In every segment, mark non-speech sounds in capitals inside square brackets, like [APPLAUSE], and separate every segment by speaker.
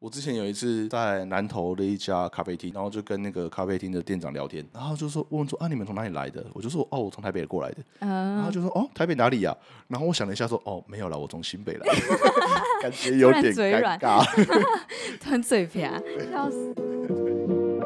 Speaker 1: 我之前有一次在南投的一家咖啡厅，然后就跟那个咖啡厅的店长聊天，然后就说问说啊，你们从哪里来的？我就说哦，我从台北过来的。然
Speaker 2: 嗯，
Speaker 1: 后就说哦，台北哪里呀、然后我想了一下说哦，没有啦，我从新北来
Speaker 2: [LAUGHS]
Speaker 1: 的，感觉有
Speaker 2: 突然
Speaker 1: 点
Speaker 2: 嘴
Speaker 1: 尴
Speaker 2: 软
Speaker 1: 尬。 [LAUGHS]
Speaker 2: 突然嘴瓢，笑死。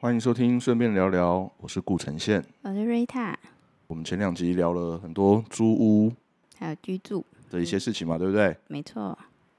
Speaker 1: 欢迎收听，顺便聊聊，我是顾承宪。
Speaker 2: 我是瑞塔，
Speaker 1: 我们前两集聊了很多租屋
Speaker 2: 还有居住，
Speaker 1: 的一些事情嘛，对不对？
Speaker 2: 没错，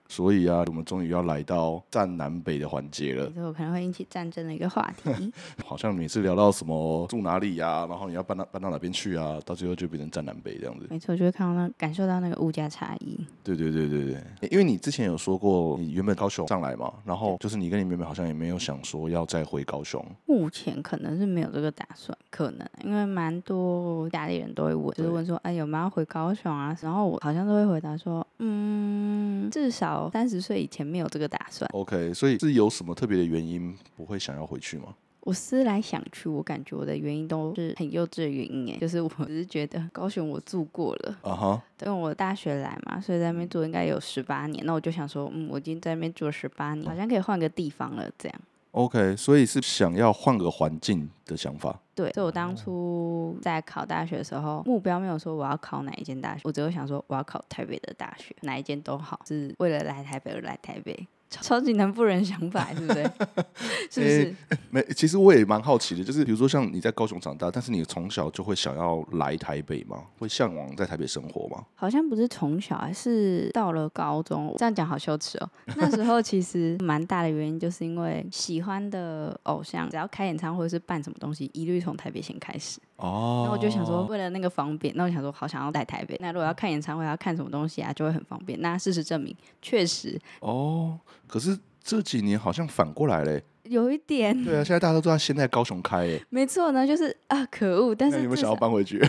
Speaker 1: 所以啊，我们终于要来到站南北的环节了
Speaker 2: 也。是我可能会引起战争的一个话题。
Speaker 1: 好像每次聊到什么住哪里呀、然后你要搬到搬到哪边去啊，到最后就变成站南北这样子。
Speaker 2: 没错，就会看到那感受到那个物价差异。
Speaker 1: 对对对对对，欸因为你之前有说过，你原本高雄上来嘛，然后就是你跟你妹妹好像也没有想说要再回高雄，
Speaker 2: 目前可能是没有这个打算，可能因为蛮多家里人都会问，就
Speaker 1: 对
Speaker 2: 是问说，哎，有没有要回高雄啊？然后我好像都会回答说，嗯，至少三十岁以前没有这个打算。
Speaker 1: OK，所以是有什么特别的原因不会想要回去吗？
Speaker 2: 我思来想去，我感觉我的原因都是很幼稚的原因，哎，就是我只是觉得高雄我住过了，
Speaker 1: 啊哈，
Speaker 2: 因为我大学来嘛，所以在那边住应该有十八年。那我就想说，嗯，我已经在那边住了十八年，好像可以换个地方了，这样。
Speaker 1: OK，所以是想要换个环境的想法。
Speaker 2: 对，所以我当初在考大学的时候，目标没有说我要考哪一间大学，我只有想说我要考台北的大学，哪一间都好，是为了来台北而来台北， [LAUGHS] 超超级南部人想法，是不是？ [LAUGHS] 是不是？
Speaker 1: 没，其实我也蛮好奇的，就是比如说像你在高雄长大，但是你从小就会想要来台北吗？会向往在台北生活吗？
Speaker 2: 好像不是从小，还是到了高中。这样讲好羞耻哦。那时候其实蛮大的原因，就是因为喜欢的偶像，只要开演唱会或是办什么东西，一律从台北先开始。
Speaker 1: 哦
Speaker 2: 那、我就想说，，为了那个方便，那我想说，好想要来台北。那如果要看演唱会，要看什么东西啊，就会很方便。那事实证明，确实
Speaker 1: 哦，可是这几年好像反过来嘞。
Speaker 2: 有一点
Speaker 1: 对啊，现在大家都知道现在高雄开诶，
Speaker 2: 没错呢，就是啊，可恶！但
Speaker 1: 那你
Speaker 2: 是
Speaker 1: 有没有
Speaker 2: 至
Speaker 1: 想
Speaker 2: 少
Speaker 1: 要搬回去？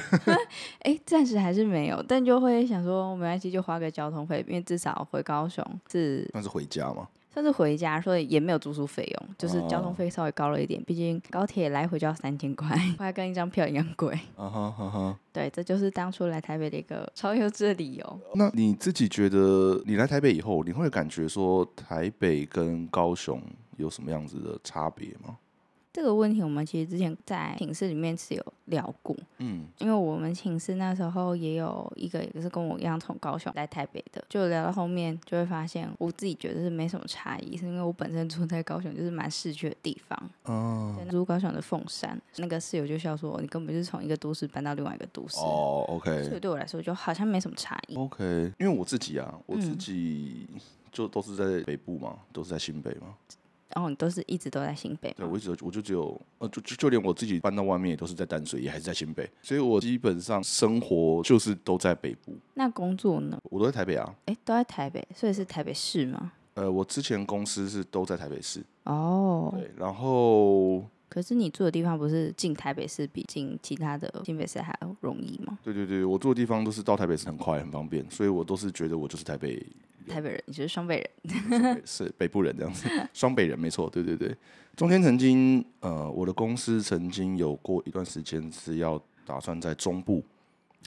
Speaker 2: 哎，暂时还是没有，但就会想说，没关系，就花个交通费，因为至少回高雄是
Speaker 1: 算是回家嘛。
Speaker 2: 算是回家，所以也没有住宿费用，就是交
Speaker 1: 哦
Speaker 2: 通费稍微高了一点，毕竟高铁来回就要三千块， [LAUGHS] 快跟一张票一样贵。
Speaker 1: 啊哈哈哈。
Speaker 2: 对，这就是当初来台北的一个超优质的理由。
Speaker 1: 那你自己觉得，你来台北以后，你会感觉说台北跟高雄有什么样子的差别吗？
Speaker 2: 这个问题我们其实之前在寝室里面是有聊过，
Speaker 1: 嗯，
Speaker 2: 因为我们寝室那时候也有一个也是跟我一样从高雄来台北的，就聊到后面就会发现，我自己觉得是没什么差异，是因为我本身住在高雄就是蛮市区的地方，
Speaker 1: 哦
Speaker 2: 对，住高雄的凤山，那个室友就笑说，你根本就是从一个都市搬到另外一个都市。
Speaker 1: 哦
Speaker 2: 所以
Speaker 1: ，OK，OK，、
Speaker 2: 对我来说就好像没什么差异。
Speaker 1: 因为我自己啊，我自
Speaker 2: 嗯
Speaker 1: 己就都是在北部嘛，都是在新北嘛。
Speaker 2: 然后你都是一直都在新北
Speaker 1: 对，
Speaker 2: 嘛，
Speaker 1: 我一直我就只有呃，就就就连我自己搬到外面也都是在淡水，也还是在新北，所以我基本上生活就是都在北部，
Speaker 2: 那工作呢？
Speaker 1: 我都在台北啊。
Speaker 2: 哎，都在台北，所以是台北市吗？
Speaker 1: 呃，我之前公司是都在台北市，
Speaker 2: 哦，
Speaker 1: 对，然后
Speaker 2: 可是你住的地方不是进台北市比进其他的新北市还要容易吗？
Speaker 1: 对对对，我住的地方都是到台北是很快很方便，所以我都是觉得我就是台北
Speaker 2: 台北人，你就是双北人，
Speaker 1: 双北是北部人这样子，双北人没错，对对对。中间曾经呃，我的公司曾经有过一段时间是要打算在中部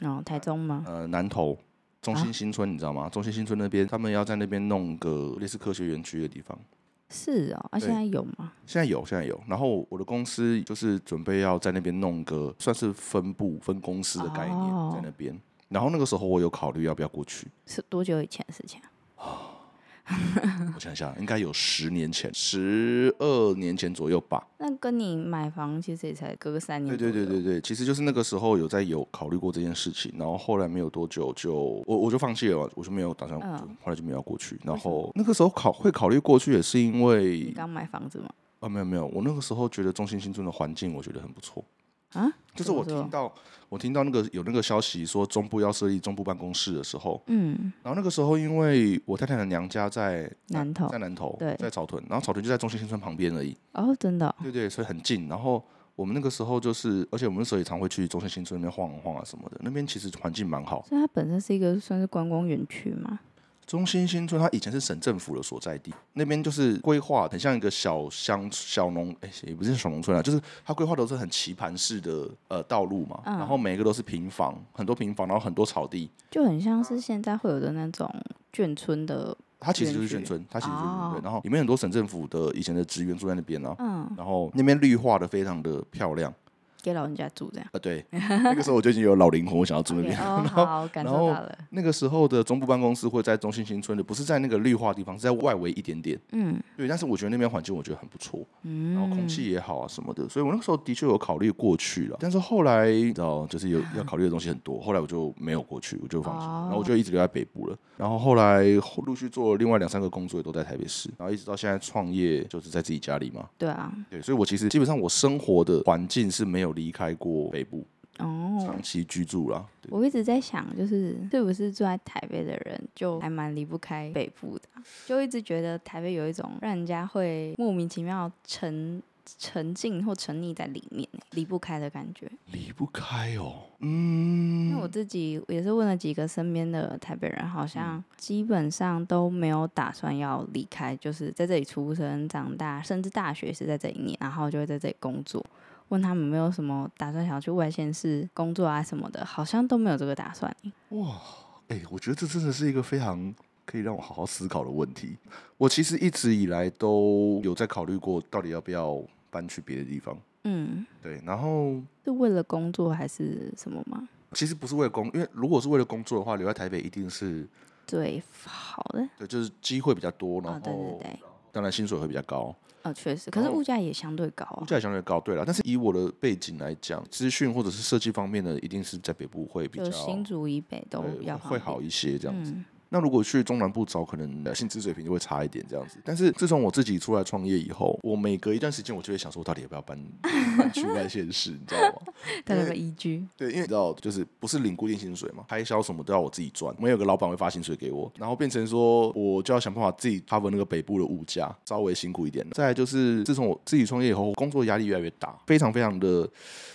Speaker 2: 哦，台中吗？
Speaker 1: 呃南投中心新村，你知道吗？中心新村那边他们要在那边弄个类似科学园区的地方。
Speaker 2: 是哦，啊，
Speaker 1: 对
Speaker 2: 现在有吗？
Speaker 1: 现在有，现在有。然后我的公司就是准备要在那边弄个算是分部分公司的概念、
Speaker 2: 哦
Speaker 1: 在那边。然后那个时候我有考虑要不要过去，
Speaker 2: 是多久以前的事情啊？
Speaker 1: 我想想，应该有十年前，十二年前左右吧。
Speaker 2: 那跟你买房其实也才隔个三
Speaker 1: 对
Speaker 2: 年，
Speaker 1: 对对对，对，其实就是那个时候有在有考虑过这件事情，然后后来没有多久就我我就放弃了，我就没有打算，
Speaker 2: 嗯
Speaker 1: 就后来就没有过去。然后那个时候考会考虑过去，也是因
Speaker 2: 你
Speaker 1: 为
Speaker 2: 刚买房子吗？
Speaker 1: 啊没有没有，我那个时候觉得中心新村的环境我觉得很不错，
Speaker 2: 啊，
Speaker 1: 就是
Speaker 2: 怎么
Speaker 1: 我听
Speaker 2: 说
Speaker 1: 到我听到那个有那个消息说中部要设立中部办公室的时候，
Speaker 2: 嗯，
Speaker 1: 然后那个时候因为我太太的娘家在
Speaker 2: 南投
Speaker 1: 在南投
Speaker 2: 对
Speaker 1: 在草屯，然后草屯就在中心新村旁边而已。
Speaker 2: 哦，真的哦，
Speaker 1: 对对，所以很近。然后我们那个时候就是，而且我们那时候也常会去中山新村那边晃一晃啊什么的，那边其实环境蛮好。
Speaker 2: 所以它本身是一个算是观光园区嘛，
Speaker 1: 中心新村它以前是省政府的所在地，那边就是规划很像一个小乡小农，哎、也不是小农村啊，就是它规划都是很棋盘式的呃道路嘛，
Speaker 2: 嗯
Speaker 1: 然后每一个都是平房，很多平房，然后很多草地，
Speaker 2: 就很像
Speaker 1: 嗯
Speaker 2: 是现在会有的那种眷村的，
Speaker 1: 它其实就是
Speaker 2: 园区
Speaker 1: 眷村，它其实就是眷村、
Speaker 2: 哦
Speaker 1: 对然后里面很多省政府的以前的职员住在那边啊，
Speaker 2: 嗯，
Speaker 1: 然后那边绿化的非常的漂亮，
Speaker 2: 给老人家住这样。
Speaker 1: 啊，对，那个时候我就已经有老灵魂，我想要住那
Speaker 2: OK，
Speaker 1: 边。
Speaker 2: 哦，好，感
Speaker 1: [LAUGHS]
Speaker 2: 受
Speaker 1: 然后
Speaker 2: 到了，
Speaker 1: 那个时候的中部办公室会在中心新村的，不是在那个绿化地方，是在外围一点点。
Speaker 2: 嗯
Speaker 1: 对，但是我觉得那边环境我觉得很不错，
Speaker 2: 嗯，
Speaker 1: 然后空气也好啊什么的，所以我那个时候的确有考虑过去了，但是后来你知道就是有要考虑的东西很多，后来我就没有过去，我就放弃了，然后我就一直留在北部了。然后后来后陆续做了另外两三个工作也都在台北市，然后一直到现在创业就是在自己家里嘛。
Speaker 2: 对啊，
Speaker 1: 对，所以我其实基本上我生活的环境是没有离开过北部
Speaker 2: 哦
Speaker 1: 长，期居住啦。对
Speaker 2: 我一直在想，就是是不是住在台北的人，就还蛮离不开北部的啊、就一直觉得台北有一种让人家会莫名其妙沉沉浸或沉溺在里面欸，离不开的感觉。
Speaker 1: 离不开哦，
Speaker 2: 因为
Speaker 1: 嗯
Speaker 2: 我，自己也是问了几个身边的台北人，好像基本上都没有打算要离开，就是在这里出生、长大，甚至大学是在这里念，然后就会在这里工作。问他们有没有什么打算想要去外县市工作啊什么的，好像都没有这个打算。欸
Speaker 1: 哎、我觉得这真的是一个非常可以让我好好思考的问题。我其实一直以来都有在考虑过，到底要不要搬去别的地方。
Speaker 2: 嗯，
Speaker 1: 对，然后
Speaker 2: 是为了工作还是什么吗？
Speaker 1: 其实不是为了工，因为如果是为了工作的话，留在台北一定是
Speaker 2: 最好的
Speaker 1: 对，就是机会比较多，然后、
Speaker 2: 哦，对对对，
Speaker 1: 当然薪水会比较高，
Speaker 2: 哦，确实，可是
Speaker 1: 然后
Speaker 2: 物价也相对高
Speaker 1: 物
Speaker 2: 啊。
Speaker 1: 价也相对高。对了，但是以我的背景来讲，资讯或者是设计方面的，一定是在北部会比
Speaker 2: 就
Speaker 1: 较
Speaker 2: 新竹以北都
Speaker 1: 对
Speaker 2: 哦要
Speaker 1: 会好
Speaker 2: 一
Speaker 1: 一些这样子。
Speaker 2: 嗯
Speaker 1: 那如果去中南部找，可能呃薪资水平就会差一点这样子。但是自从我自己出来创业以后，我每隔一段时间，我就会想说，我到底要不要搬搬
Speaker 2: [LAUGHS]
Speaker 1: 去外县市，你知道吗？
Speaker 2: 大家的依据，
Speaker 1: 对，因为你知道，就是不是领固定薪水嘛，开销什么都要我自己赚。我们有个老板会发薪水给我，然后变成说我就要想办法自己 cover 那个北部的物价，稍微辛苦一点。再来就是，自从我自己创业以后，工作压力越来越大，非常非常的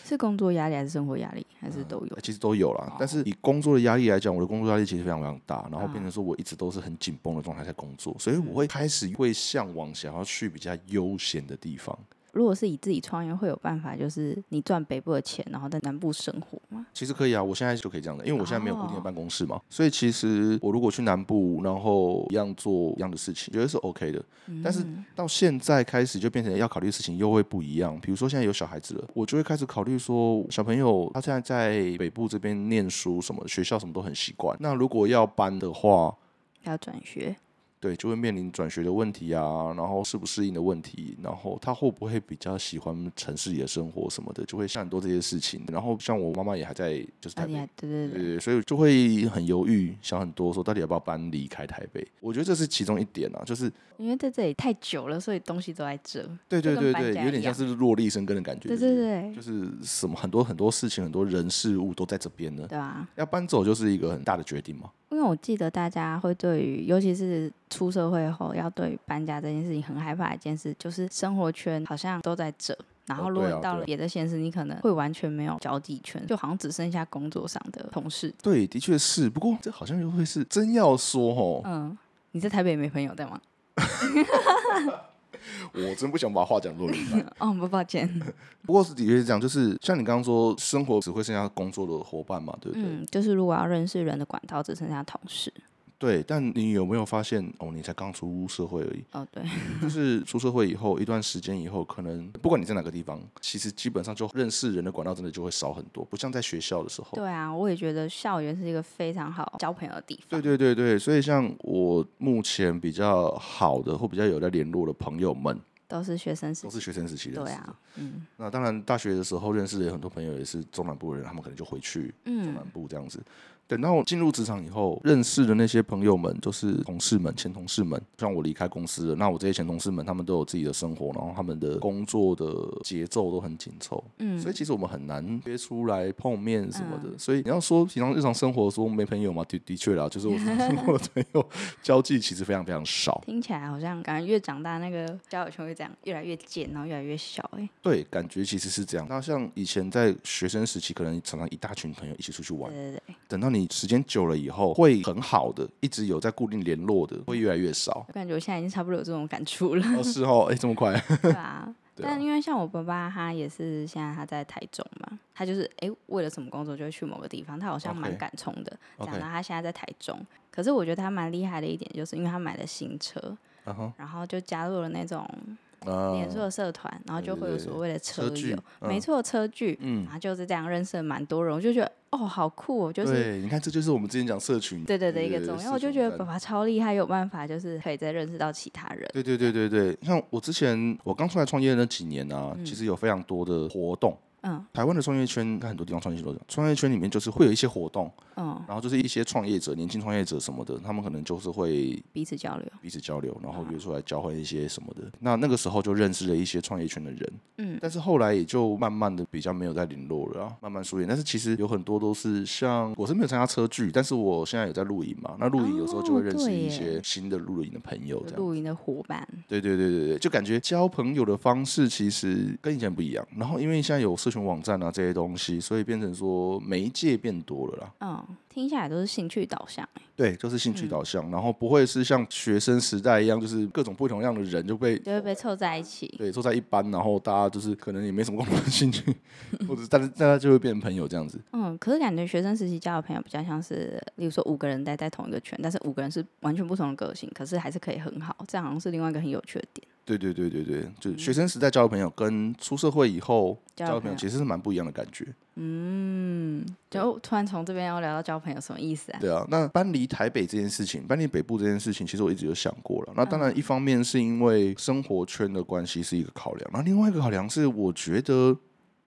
Speaker 2: 是工作压力还是生活压力，还是都有？
Speaker 1: 哎其实都有啦，但是以工作的压力来讲，我的工作压力其实非常非常大，然后变成说我一直都是很紧绷的状态在工作，所以我会开始会向往想要去比较悠闲的地方。
Speaker 2: 如果是以自己创业，会有办法，就是你赚北部的钱，然后在南部生活吗？
Speaker 1: 其实可以啊，我现在就可以这样的，因为我现在没有固定的办公室嘛，所以其实我如果去南部，然后一样做一样的事情，觉得是 OK 的。
Speaker 2: 嗯
Speaker 1: 但是到现在开始就变成要考虑的事情又会不一样，比如说现在有小孩子了，我就会开始考虑说，小朋友他现在在北部这边念书什么的，学校什么都很习惯，那如果要搬的话。
Speaker 2: 要转学，
Speaker 1: 对，就会面临转学的问题啊，然后适不适应的问题，然后他会不会比较喜欢城市里的生活什么的，就会想很多这些事情。然后像我妈妈也还在，就是
Speaker 2: 啊，
Speaker 1: 台
Speaker 2: 你
Speaker 1: 北
Speaker 2: 还，对对
Speaker 1: 对
Speaker 2: 对，
Speaker 1: 对，所以就会很犹豫，想很多，说到底要不要搬离开台北？我觉得这是其中一点啊，就是
Speaker 2: 因为在这里太久了，所以东西都在这。
Speaker 1: 对对
Speaker 2: 就
Speaker 1: 对
Speaker 2: 跟搬
Speaker 1: 对，
Speaker 2: 家
Speaker 1: 有
Speaker 2: 一
Speaker 1: 点像
Speaker 2: 样
Speaker 1: 是落地生根的感觉，
Speaker 2: 对
Speaker 1: 就是
Speaker 2: 对对，
Speaker 1: 就是什么很多很多事情，很多人事物都在这边呢。
Speaker 2: 对啊。
Speaker 1: 要搬走就是一个很大的决定嘛。
Speaker 2: 因为我记得大家会对于，尤其是出社会后，要对于搬家这件事情很害怕的一件事，就是生活圈好像都在这。然后，
Speaker 1: 哦
Speaker 2: 如果
Speaker 1: 对啊
Speaker 2: 你到
Speaker 1: 对
Speaker 2: 了
Speaker 1: 啊
Speaker 2: 别的县市，你可能会完全没有交际圈，就好像只剩下工作上的同事。
Speaker 1: 对，的确是，不过这好像又会是真要说哦，
Speaker 2: 嗯，你在台北也没朋友对吗？嗯
Speaker 1: 我真不想把话讲落明白。
Speaker 2: 哦，不抱歉，
Speaker 1: 不过是的确是这样，就是像你刚刚说，生活只会剩下工作的伙伴嘛，对不对？
Speaker 2: 嗯，就是如果要认识人的管道只剩下同事。
Speaker 1: 对。但你有没有发现，哦，你才刚出社会而已，
Speaker 2: 哦，对，
Speaker 1: 就是出社会以后一段时间以后，可能不管你在哪个地方，其实基本上就认识人的管道真的就会少很多，不像在学校的时候。
Speaker 2: [LAUGHS] 对啊，我也觉得校园是一个非常好交朋友的地
Speaker 1: 对
Speaker 2: 方。
Speaker 1: 对对对，所以像我目前比较好的或比较有在联络的朋友们，
Speaker 2: 都是学生时
Speaker 1: 都
Speaker 2: 期。
Speaker 1: 是学生时期认
Speaker 2: 对
Speaker 1: 识的。
Speaker 2: 啊，嗯
Speaker 1: 那当然，大学的时候认识的有很多朋友也是中南部人，他们可能就回去中
Speaker 2: 嗯
Speaker 1: 南部这样子。等到我进入职场以后，认识的那些朋友们，就是同事们、前同事们，像我离开公司了，那我这些前同事们，他们都有自己的生活，然后他们的工作的节奏都很紧凑，
Speaker 2: 嗯，
Speaker 1: 所以其实我们很难约出来碰面什么的。所以你要说平常日常生活说没朋友嘛，的的确啦，就是我我的朋友交际其实非常非常少。
Speaker 2: 听起来好像感觉越长大那个交友圈越这样越来越尖，然后越来越小、欸。哎，
Speaker 1: 对，感觉其实是这样。那像以前在学生时期，可能常常一大群朋友一起出去玩
Speaker 2: 对，对对，。
Speaker 1: 等到你时间久了以后，会很好的，一直有在固定联络的，会越来越少
Speaker 2: 我感觉我现在已经差不多有这种感触
Speaker 1: [LAUGHS]
Speaker 2: 了，
Speaker 1: 哦，是哦，哎，这么快？ [LAUGHS]
Speaker 2: 对啊。
Speaker 1: 对啊
Speaker 2: 但因为像我爸爸，他也是现在他在台中嘛，他就是哎、为了什么工作就会去某个地方，他好像
Speaker 1: OK
Speaker 2: 蛮敢冲的。这样，
Speaker 1: OK
Speaker 2: 然后他现在在台中，可是我觉得他蛮厉害的一点，就是因为他买了新车，
Speaker 1: 啊哈，
Speaker 2: 然后就加入了那种
Speaker 1: 啊
Speaker 2: 脸，书的社团，然后就会有
Speaker 1: 对对
Speaker 2: 所谓的
Speaker 1: 车距
Speaker 2: 友，没错，车距，
Speaker 1: 嗯
Speaker 2: 然后就是这样认识了蛮多人，我就觉得哦，好酷哦，就是
Speaker 1: 对，你看，这就是我们之前讲社群，
Speaker 2: 对对对一个重要，因为我就觉得
Speaker 1: 社群
Speaker 2: 爸爸超厉害，有办法就是可以再认识到其他人。
Speaker 1: 对对对对对，像我之前我刚出来创业那几年啊，其实有非常多的活动。
Speaker 2: 嗯
Speaker 1: 台湾的创业圈，看很多地方创业圈都这样。创业圈里面就是会有一些活动，
Speaker 2: 嗯，
Speaker 1: 然后就是一些创业者、年轻创业者什么的，他们可能就是会
Speaker 2: 彼此交流，
Speaker 1: 彼此交流，然后
Speaker 2: 啊
Speaker 1: 约出来交换一些什么的。那那个时候就认识了一些创业圈的人，
Speaker 2: 嗯，
Speaker 1: 但是后来也就慢慢的比较没有再联络了啊，慢慢疏远。但是其实有很多都是像我是没有参加车聚，但是我现在有在露营嘛，那露营有时候就会
Speaker 2: 哦
Speaker 1: 认识
Speaker 2: 对
Speaker 1: 一
Speaker 2: 耶
Speaker 1: 些新的露营的朋友，
Speaker 2: 有
Speaker 1: 这样。
Speaker 2: 露营的伙伴，
Speaker 1: 对对对对对，就感觉交朋友的方式其实跟以前不一样。然后因为现在有社群网站啊这些东西，所以变成说媒介变多了啦。
Speaker 2: 嗯，听下来都是兴趣导向、欸，
Speaker 1: 对，就是兴趣导向，然后不会是像学生时代一样，就是各种不同样的人就被
Speaker 2: 就会被凑在一起。
Speaker 1: 对坐在一班，然后大家就是可能也没什么共同的兴趣，或者是大家大家就会变成朋友这样子。
Speaker 2: 嗯，可是感觉学生时期交的朋友比较像是，例如说五个人待在同一个圈，但是五个人是完全不同的个性，可是还是可以很好，这样好像是另外一个很有趣的点。
Speaker 1: 对对对对对，就学生时代交的朋友跟出社会以后
Speaker 2: 交
Speaker 1: 嗯交的朋
Speaker 2: 的朋
Speaker 1: 友
Speaker 2: 友
Speaker 1: 其实是蛮不一样的感觉。
Speaker 2: 嗯，就突然从这边要聊到交朋友什么意思啊？
Speaker 1: 对啊，那搬离台北这件事情，搬离北部这件事情，其实我一直有想过了。那当然，一方面是因为生活圈的关系是一个考量，那另外一个考量是，我觉得，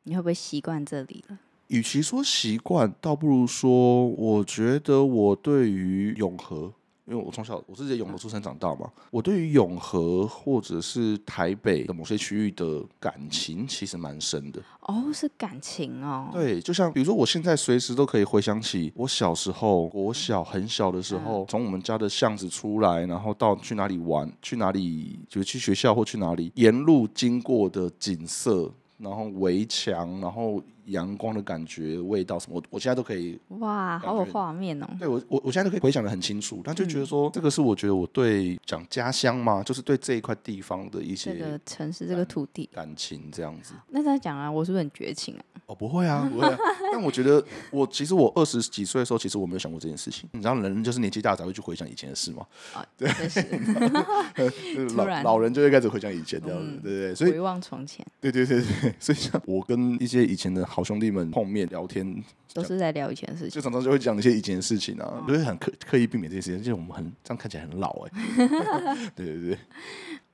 Speaker 2: 你会不会习惯这里了？
Speaker 1: 与其说习惯，倒不如说，我觉得我对于永和。因为我从小我是在永和出生长大嘛，我对于永和或者是台北的某些区域的感情其实蛮深的。
Speaker 2: 哦，是感情哦。
Speaker 1: 对，就像比如说，我现在随时都可以回想起我小时候，我小很小的时候，从我们家的巷子出来，然后到去哪里玩，去哪里，就是去学校或去哪里，沿路经过的景色，然后围墙，然后阳光的感觉、味道什么，我我现在都可以，
Speaker 2: 哇，好有画面哦。
Speaker 1: 对我我我现在都可以回想的很清楚。那就觉得说，这个是我觉得我对讲家乡嘛，就是对这一块地方的一
Speaker 2: 这
Speaker 1: 些
Speaker 2: 个城市，这个土地，
Speaker 1: 感情这样子。
Speaker 2: 那再讲啊，我是不是很绝情 [LAUGHS] 啊？
Speaker 1: 哦，不会啊，不会、啊。但我觉得我，其实我二十几岁的时候，其实我没有想过这件事情。你知道，人就是年纪大才会去回想以前的事嘛，
Speaker 2: 啊，确实，
Speaker 1: 就是
Speaker 2: 突
Speaker 1: 老
Speaker 2: 然嗯
Speaker 1: 老人就会开始回想以前这样子，对对对。所以，
Speaker 2: 回望从前，
Speaker 1: 对对对对，所以像我跟一些以前的好兄弟们碰面聊天，
Speaker 2: 都是在聊以前的事情。
Speaker 1: 就常常就会讲一些以前的事情
Speaker 2: 嗯
Speaker 1: 啊，就会很刻刻意避免这些事情，就是我们很这样看起来很老
Speaker 2: [LAUGHS]
Speaker 1: 哎、对对对，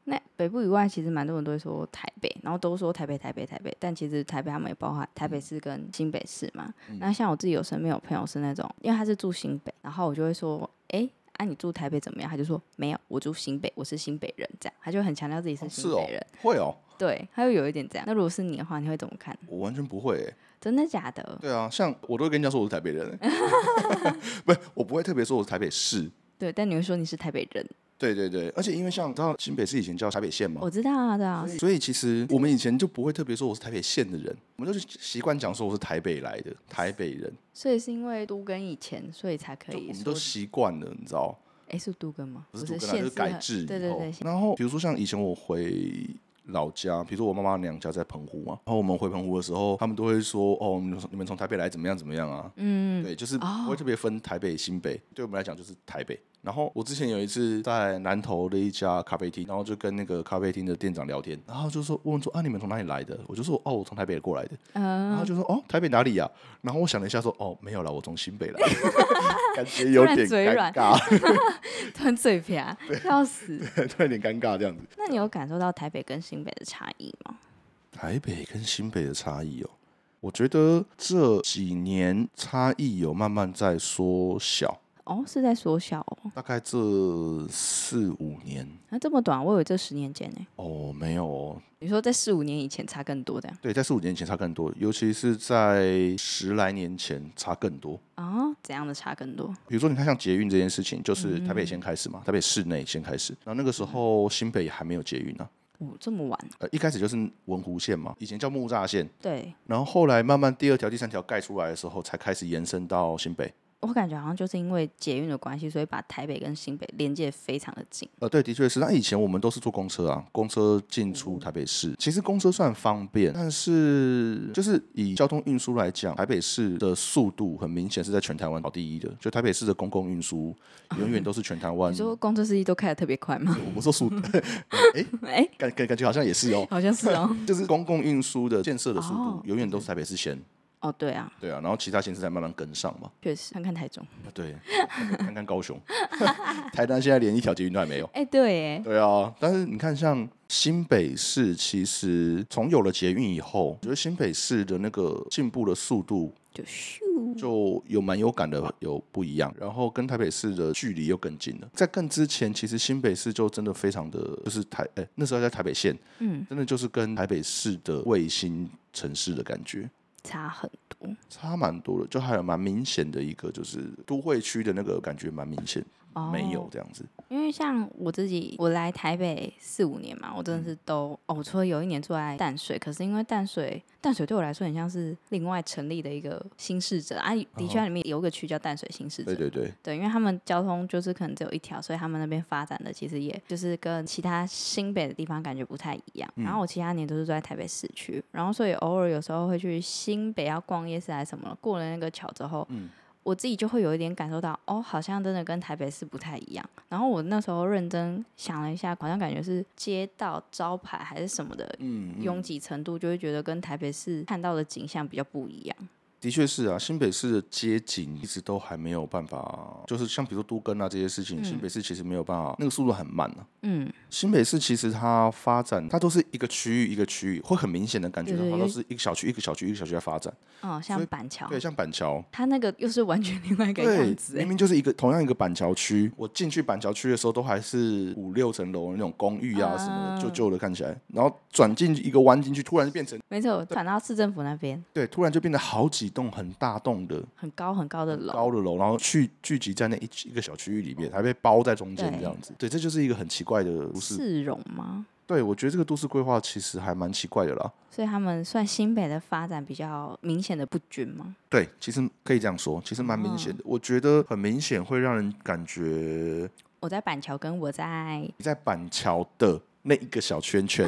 Speaker 2: 那北部以外，其实蛮多人都会说台北，然后都说台北、台北、台北，但其实台北他们也包含台
Speaker 1: 嗯
Speaker 2: 北市跟新北市嘛。那像我自己有身边有朋友是那种，因为他是住新北，然后我就会说，哎。啊，你住台北怎么样？他就说没有，我住新北，我是新北人，这样他就很强调自己是
Speaker 1: 哦
Speaker 2: 新
Speaker 1: 是哦
Speaker 2: 北人，，
Speaker 1: 会哦，
Speaker 2: 对，他就有一点这样。那如果是你的话，你会怎么看？
Speaker 1: 我完全不会、欸。
Speaker 2: 真的假的？
Speaker 1: 对啊，像我都会跟人家说我是台北人、欸， [LAUGHS] 不是，我不会特别说我是台北市。
Speaker 2: 对，但你会说你是台北人，
Speaker 1: 对对对，而且因为像你知道新北市以前叫台北县嘛，
Speaker 2: 我知道啊，知道啊，
Speaker 1: 所以其实我们以前就不会特别说我是台北县的人，我们就是习惯讲说我是台北来的台北人，
Speaker 2: 所以是因为都跟以前，所以才可
Speaker 1: 就
Speaker 2: 以
Speaker 1: 我们
Speaker 2: 说
Speaker 1: 都，习惯了，你知道？
Speaker 2: 哎，是都跟吗？
Speaker 1: 不是读跟来
Speaker 2: 县
Speaker 1: 就是
Speaker 2: 市
Speaker 1: 改
Speaker 2: 很
Speaker 1: 制
Speaker 2: 对
Speaker 1: 以
Speaker 2: 对
Speaker 1: 后
Speaker 2: 对，。
Speaker 1: 然后比如说像以前我回老家，比如说我妈妈娘家在澎湖嘛，然后我们回澎湖的时候，他们都会说哦，你们从你们从台北来怎么样怎么样啊？
Speaker 2: 嗯，
Speaker 1: 对，就是不会特别分台北、新北，对我们来讲就是台北。然后我之前有一次在南投的一家咖啡厅，然后就跟那个咖啡厅的店长聊天，然后就说问说啊你们从哪里来的？我就说哦我从台北过来的，
Speaker 2: 嗯
Speaker 1: 然后他就说哦台北哪里呀、然后我想了一下说哦没有啦，我从新北来
Speaker 2: [LAUGHS]
Speaker 1: 的，感觉有
Speaker 2: 突然
Speaker 1: 点
Speaker 2: 嘴
Speaker 1: 尴
Speaker 2: 软
Speaker 1: 尬， [LAUGHS]
Speaker 2: [LAUGHS] 突然嘴瓢，啊笑死。
Speaker 1: 突然有点尴尬这样子。
Speaker 2: 那你有感受到台北跟新北的差异吗？
Speaker 1: 台北跟新北的差异哦，我觉得这几年差异有慢慢在缩小，
Speaker 2: 哦，是在缩小哦。
Speaker 1: 大概这四五年
Speaker 2: 那这么短，我以为这十年间呢。
Speaker 1: 哦没有哦，
Speaker 2: 你说在四五年以前差更多这样
Speaker 1: 对，在四五年前差更多，尤其是在十来年前差更多。
Speaker 2: 啊、哦？怎样的差更多？
Speaker 1: 比如说，你看像捷运这件事情，就是台北先开始嘛，台北市内先开始，然后那个时候新北也还没有捷运啊。
Speaker 2: 哦，这么晚？
Speaker 1: 呃，一开始就是文湖线嘛，以前叫木栅线，
Speaker 2: 对
Speaker 1: 然后后来慢慢第二条、第三条盖出来的时候，才开始延伸到新北。
Speaker 2: 我感觉好像就是因为捷运的关系，所以把台北跟新北连接得非常的近。
Speaker 1: 呃，对，的确是。那以前我们都是坐公车啊，公车进
Speaker 2: 嗯
Speaker 1: 出台北市。其实公车算方便，但是就是以交通运输来讲，台北市的速度很明显是在全台湾跑第一的。就台北市的公共运输永远都是全台湾。
Speaker 2: 哦你说公车司机都开的特别快 [LAUGHS] 吗？
Speaker 1: 我不说速度，哎、
Speaker 2: 哎、
Speaker 1: 感感感觉好像也是
Speaker 2: [LAUGHS]
Speaker 1: 哦。
Speaker 2: 好像是哦。
Speaker 1: 就是公共运输的建设的速
Speaker 2: 哦
Speaker 1: 度永远都是台北市先，
Speaker 2: 哦，对啊，
Speaker 1: 对啊，然后其他县市才慢慢跟上嘛。啊
Speaker 2: 确实。看看台中，
Speaker 1: 对，看看高雄， [LAUGHS] 台南现在连一条捷运都还没有。
Speaker 2: 哎、对，哎，
Speaker 1: 对啊，但是你看，像新北市，其实从有了捷运以后，我觉得新北市的那个进步的速度
Speaker 2: 就咻，
Speaker 1: 就有蛮有感的，有不一样。然后跟台北市的距离又更近了。在更之前，其实新北市就真的非常的，就是台，哎、那时候在台北县，
Speaker 2: 嗯，
Speaker 1: 真的就是跟台北市的卫星城市的感觉。
Speaker 2: 差很多。
Speaker 1: 差蛮多的，就还有蛮明显的一个，就是都会区的那个感觉蛮明显，
Speaker 2: 哦，
Speaker 1: 没有这样子。
Speaker 2: 因为像我自己，我来台北四五年嘛，我真的是都、哦，除了有一年住在淡水，可是因为淡水，淡水对我来说很像是另外成立的一个新市镇啊，的确它里面有一个区叫淡水新市镇，
Speaker 1: 对对对，
Speaker 2: 对，因为他们交通就是可能只有一条，所以他们那边发展的其实也就是跟其他新北的地方感觉不太一样。然
Speaker 1: 嗯
Speaker 2: 后我其他年都是住在台北市区，然后所以偶尔有时候会去新北要逛夜市还是什么的。过了那个桥之后，
Speaker 1: 嗯
Speaker 2: 我自己就会有一点感受到，哦，好像真的跟台北市不太一样。然后我那时候认真想了一下，好像感觉是街道招牌还是什么的。
Speaker 1: 嗯，
Speaker 2: 拥挤程度就会觉得跟台北市看到的景象比较不一样，
Speaker 1: 的确是啊，新北市的街景一直都还没有办法，就是像比如说都更啊这些事情，新北市其实没有办法，那个速度很慢啊。
Speaker 2: 嗯，
Speaker 1: 新北市其实它发展，它都是一个区域一个区域，会很明显的感觉到
Speaker 2: 对对
Speaker 1: 它
Speaker 2: 因
Speaker 1: 都
Speaker 2: 为
Speaker 1: 是一个小区一个小区一个小区在发展。
Speaker 2: 哦，像
Speaker 1: 所以
Speaker 2: 板桥，
Speaker 1: 对，像板桥，
Speaker 2: 它那个又是完全另外一个样
Speaker 1: 对，
Speaker 2: 子欸，
Speaker 1: 明明就是一个同样一个板桥区，我进去板桥区的时候都还是五六层楼那种公寓啊什么
Speaker 2: 啊
Speaker 1: 的，旧旧的看起来，然后转进一个弯进去，突然就变成
Speaker 2: 没错，转到市政府那边，
Speaker 1: 对，突然就变成好几栋很大栋的
Speaker 2: 很高很高的楼，
Speaker 1: 高的楼，然后聚聚集在那一一个小区域里面，还被包在中间
Speaker 2: 对
Speaker 1: 这样子。对，这就是一个很奇怪的都市。
Speaker 2: 市容吗？
Speaker 1: 对，我觉得这个都市规划其实还蛮奇怪的啦。
Speaker 2: 所以他们算新北的发展比较明显的不均吗？
Speaker 1: 对，其实可以这样说，其实蛮明显的。我觉得很明显会让人感觉
Speaker 2: 我在板桥跟我在
Speaker 1: 你在板桥的那一个小圈圈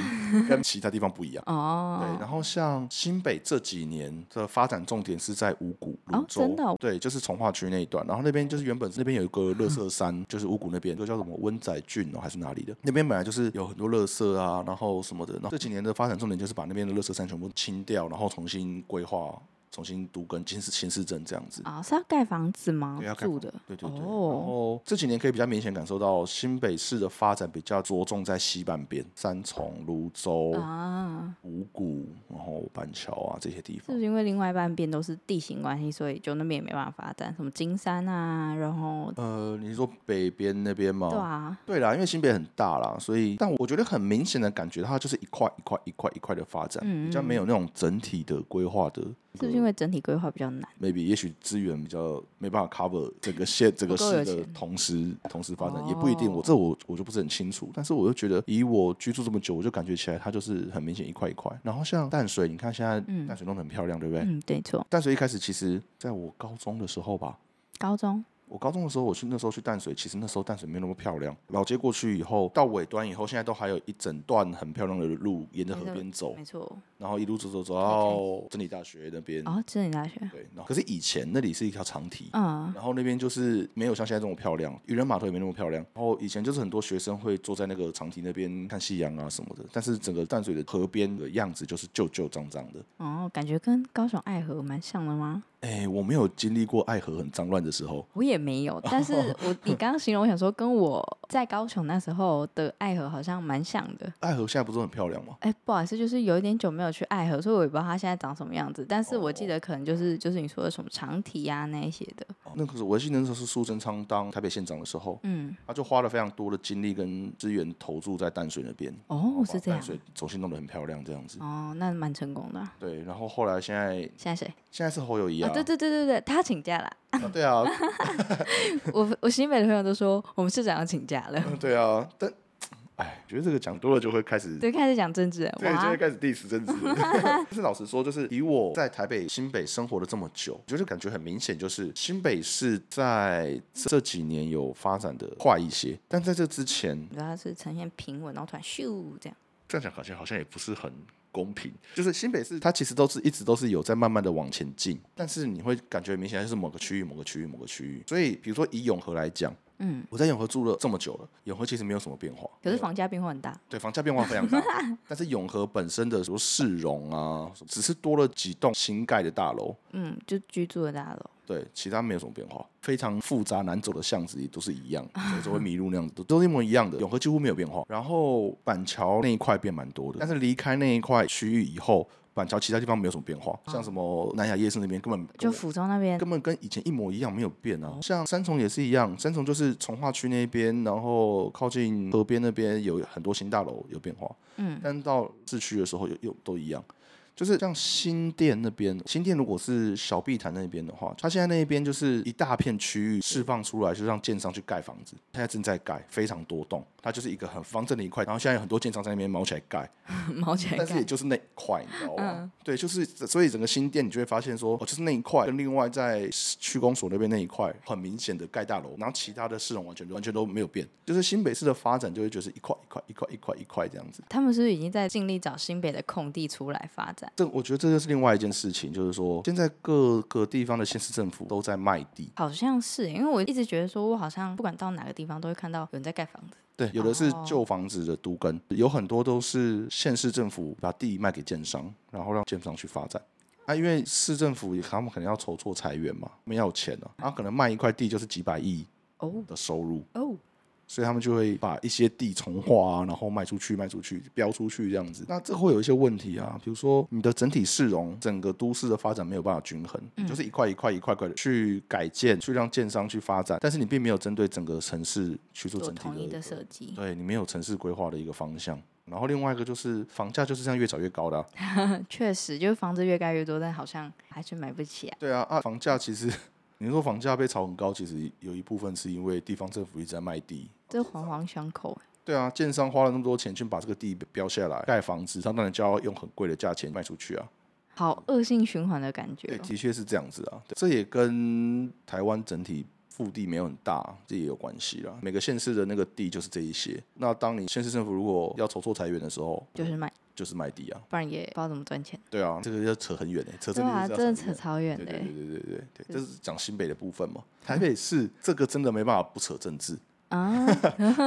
Speaker 1: 跟其他地方不一样。对，
Speaker 2: 哦
Speaker 1: 然后像新北这几年的发展重点是在五股、泸
Speaker 2: 哦
Speaker 1: 州，
Speaker 2: 真的哦嗯
Speaker 1: 对，就是从化区那一段。然后那边就是原本那边有一个乐色山，就是五股那边，就叫什么温仔郡哦，还是哪里的？那边本来就是有很多乐色啊，然后什么的。然后这几年的发展重点就是把那边的乐色山全部清掉，然后重新规划、重新都跟新市新市镇这样子。
Speaker 2: 哦是要盖房子吗
Speaker 1: 对，要？盖
Speaker 2: 住
Speaker 1: 房
Speaker 2: 的
Speaker 1: 对对对，然
Speaker 2: 哦，
Speaker 1: 后这几年可以比较明显感受到新北市的发展比较着重在西半边，三重、泸州、
Speaker 2: 啊，
Speaker 1: 五股，然后板桥啊这些地
Speaker 2: 是
Speaker 1: 方
Speaker 2: 不。是因为另外半边都是地形关系，所以就那边也没办法发展，什么金山啊，然后
Speaker 1: 呃，你是说北边那边吗？
Speaker 2: 对啊，
Speaker 1: 对啦，因为新北很大啦，所以但我觉得很明显的感觉，它就是一块一块一块一块的发
Speaker 2: 嗯
Speaker 1: 展，比较没有那种整体的规划的。
Speaker 2: 是不是因为整体规划比较难？
Speaker 1: maybe 也许资源比较没办法 cover 整个县整个
Speaker 2: 不够
Speaker 1: 市
Speaker 2: 有
Speaker 1: 的
Speaker 2: 钱
Speaker 1: 同时同时发展，也不一定。
Speaker 2: 哦
Speaker 1: 我这我我就不是很清楚，但是我就觉得以我居住这么久，我就感觉起来它就是很明显一块一块。然后像淡水，你看现在淡水弄得很漂亮，对不对？
Speaker 2: 嗯，对错，
Speaker 1: 淡水一开始其实在我高中的时候吧，
Speaker 2: 高中
Speaker 1: 我高中的时候，我去那时候去淡水，其实那时候淡水没有那么漂亮。老街过去以后，到尾端以后，现在都还有一整段很漂亮的路，沿着河边走，
Speaker 2: 没错，
Speaker 1: 然后一路走走走到真理大学那边。
Speaker 2: 哦，真理大学，
Speaker 1: 对，然后可是以前那里是一条长堤。
Speaker 2: 嗯，
Speaker 1: 然后那边就是没有像现在这么漂亮，渔人码头也没那么漂亮。然后以前就是很多学生会坐在那个长堤那边看夕阳啊什么的，但是整个淡水的河边的样子就是旧旧脏脏的。
Speaker 2: 哦，感觉跟高雄爱河蛮像的吗？
Speaker 1: 哎，我没有经历过爱河很脏乱的时候，
Speaker 2: 我也没有，但 [LAUGHS] 是我你刚刚形容，我想说跟我在高雄那时候的爱河好像蛮像的。
Speaker 1: 爱河现在不是很漂亮吗？
Speaker 2: 哎，不好意思，就是有一点久没有去爱河，所以我也不知道它现在长什么样子。但是我记
Speaker 1: 哦
Speaker 2: 得可能就是就是你说的什么长体呀、那一些的，
Speaker 1: 那个时候我记得那时候是苏贞昌当台北县长的时候，
Speaker 2: 嗯，
Speaker 1: 他就花了非常多的精力跟资源投注在淡水那边，然后
Speaker 2: 哦
Speaker 1: 把
Speaker 2: 是这样
Speaker 1: 淡，水重新弄得很漂亮这样子。
Speaker 2: 哦那蛮成功的啊、
Speaker 1: 对，然后后来现在
Speaker 2: 现在谁？
Speaker 1: 现在是侯友谊啊，
Speaker 2: 啊、对对对对对，他请假了。
Speaker 1: 啊对啊， [LAUGHS] [LAUGHS]
Speaker 2: 我我新北的朋友都说我们市长要请假了。
Speaker 1: 对啊，但哎，觉得这个讲多了就会开始
Speaker 2: 对，开始讲政治了，
Speaker 1: 对，就
Speaker 2: 哇
Speaker 1: 会，开始 diss 政治。 [LAUGHS] 就是老实说，就是以我在台北、新北生活了这么久，就是感觉很明显，就是新北市在这几年有发展的快一些，但在这之前，
Speaker 2: 主要是呈现平稳，然后突然咻这样。
Speaker 1: 这样讲好像好像也不是很公平。就是新北市它其实都是一直都是有在慢慢的往前进，但是你会感觉明显就是某个区域、某个区域、某个区域。所以比如说以永和来讲，
Speaker 2: 嗯，
Speaker 1: 我在永和住了这么久了，永和其实没有什么变化。
Speaker 2: 可是房价变化很大，
Speaker 1: 对，房价变化非常大，但是永和本身的什么市容啊，只是多了几栋新盖的大楼，
Speaker 2: 嗯，就居住的大楼，
Speaker 1: 对，其他没有什么变化。非常复杂难走的巷子里都是一样，有时候会迷路那样子，都都一模一样的。永和几乎没有变化，然后板桥那一块变蛮多的，但是离开那一块区域以后，板桥其他地方没有什么变化，像什么南雅夜市那边根本
Speaker 2: 就
Speaker 1: 根本
Speaker 2: 府中那边
Speaker 1: 根本跟以前一模一样，没有变啊。像三重也是一样，三重就是从化区那边，然后靠近河边那边有很多新大楼有变化，
Speaker 2: 嗯，
Speaker 1: 但到市区的时候又又都一样。就是像新店那边，新店如果是小碧潭那边的话，它现在那边就是一大片区域释放出来，就让建商去盖房子。现在正在盖，非常多栋，它就是一个很方正的一块。然后现在有很多建商在那边毛起来盖，
Speaker 2: 毛起来
Speaker 1: 嗯但是也
Speaker 2: 盖，
Speaker 1: 就是那一块，你知道吗？对，就是所以整个新店你就会发现说，哦，就是那一块跟另外在区公所那边那一块很明显的盖大楼，然后其他的市容完全完全都没有变，就是新北市的发展就会觉得是一块一块一块一块一块这样子。
Speaker 2: 他们是不是已经在尽力找新北的空地出来发展？
Speaker 1: 这我觉得这就是另外一件事情，就是说现在各个地方的县市政府都在卖地，
Speaker 2: 好像是，欸因为我一直觉得说，我好像不管到哪个地方都会看到有人在盖房子。
Speaker 1: 对，有的是
Speaker 2: 哦
Speaker 1: 旧房子的都根，有很多都是县市政府把地卖给建商，然后让建商去发展。啊，因为市政府也他们可能要筹措财源嘛，他们要有钱啊，然后可能卖一块地就是几百亿
Speaker 2: 哦
Speaker 1: 的收入，
Speaker 2: 哦，
Speaker 1: 所以他们就会把一些地重划啊，然后卖出去、卖出去、标出去这样子。那这会有一些问题啊，比如说你的整体市容、整个都市的发展没有办法均衡，
Speaker 2: 嗯
Speaker 1: 你就是一块一块、一块一块的去改建，去让建商去发展，但是你并没有针对整个城市去做
Speaker 2: 做
Speaker 1: 整体
Speaker 2: 统一
Speaker 1: 一个
Speaker 2: 的设计，
Speaker 1: 对你没有城市规划的一个方向。然后另外一个就是房价就是这样越炒越高的啊、
Speaker 2: 确实就是房子越盖越多，但好像还是买不起啊。
Speaker 1: 对啊，啊，房价其实 [LAUGHS] 你说房价被炒很高，其实有一部分是因为地方政府一直在卖地。
Speaker 2: 这环环相扣，欸
Speaker 1: 对啊，建商花了那么多钱去把这个地标下来盖房子，他当然就要用很贵的价钱卖出去啊。
Speaker 2: 好恶性循环的感觉
Speaker 1: 对，
Speaker 2: 哦、
Speaker 1: 的确是这样子啊。对这也跟台湾整体腹地没有很大，这也有关系啦。每个县市的那个地就是这一些。那当你县市政府如果要筹措财源的时候，
Speaker 2: 就是买，
Speaker 1: 就是卖地啊。
Speaker 2: 不然也不知道怎么赚钱。
Speaker 1: 对啊，这个要扯很远诶、扯
Speaker 2: 对
Speaker 1: 真的
Speaker 2: 啊，
Speaker 1: 是要
Speaker 2: 真
Speaker 1: 很
Speaker 2: 的扯
Speaker 1: 远
Speaker 2: 超远
Speaker 1: 对
Speaker 2: 的
Speaker 1: 对
Speaker 2: 欸、
Speaker 1: 对对对对，这是讲新北的部分嘛。
Speaker 2: 嗯
Speaker 1: 台北市这个真的没办法不扯政治，
Speaker 2: [LAUGHS] 啊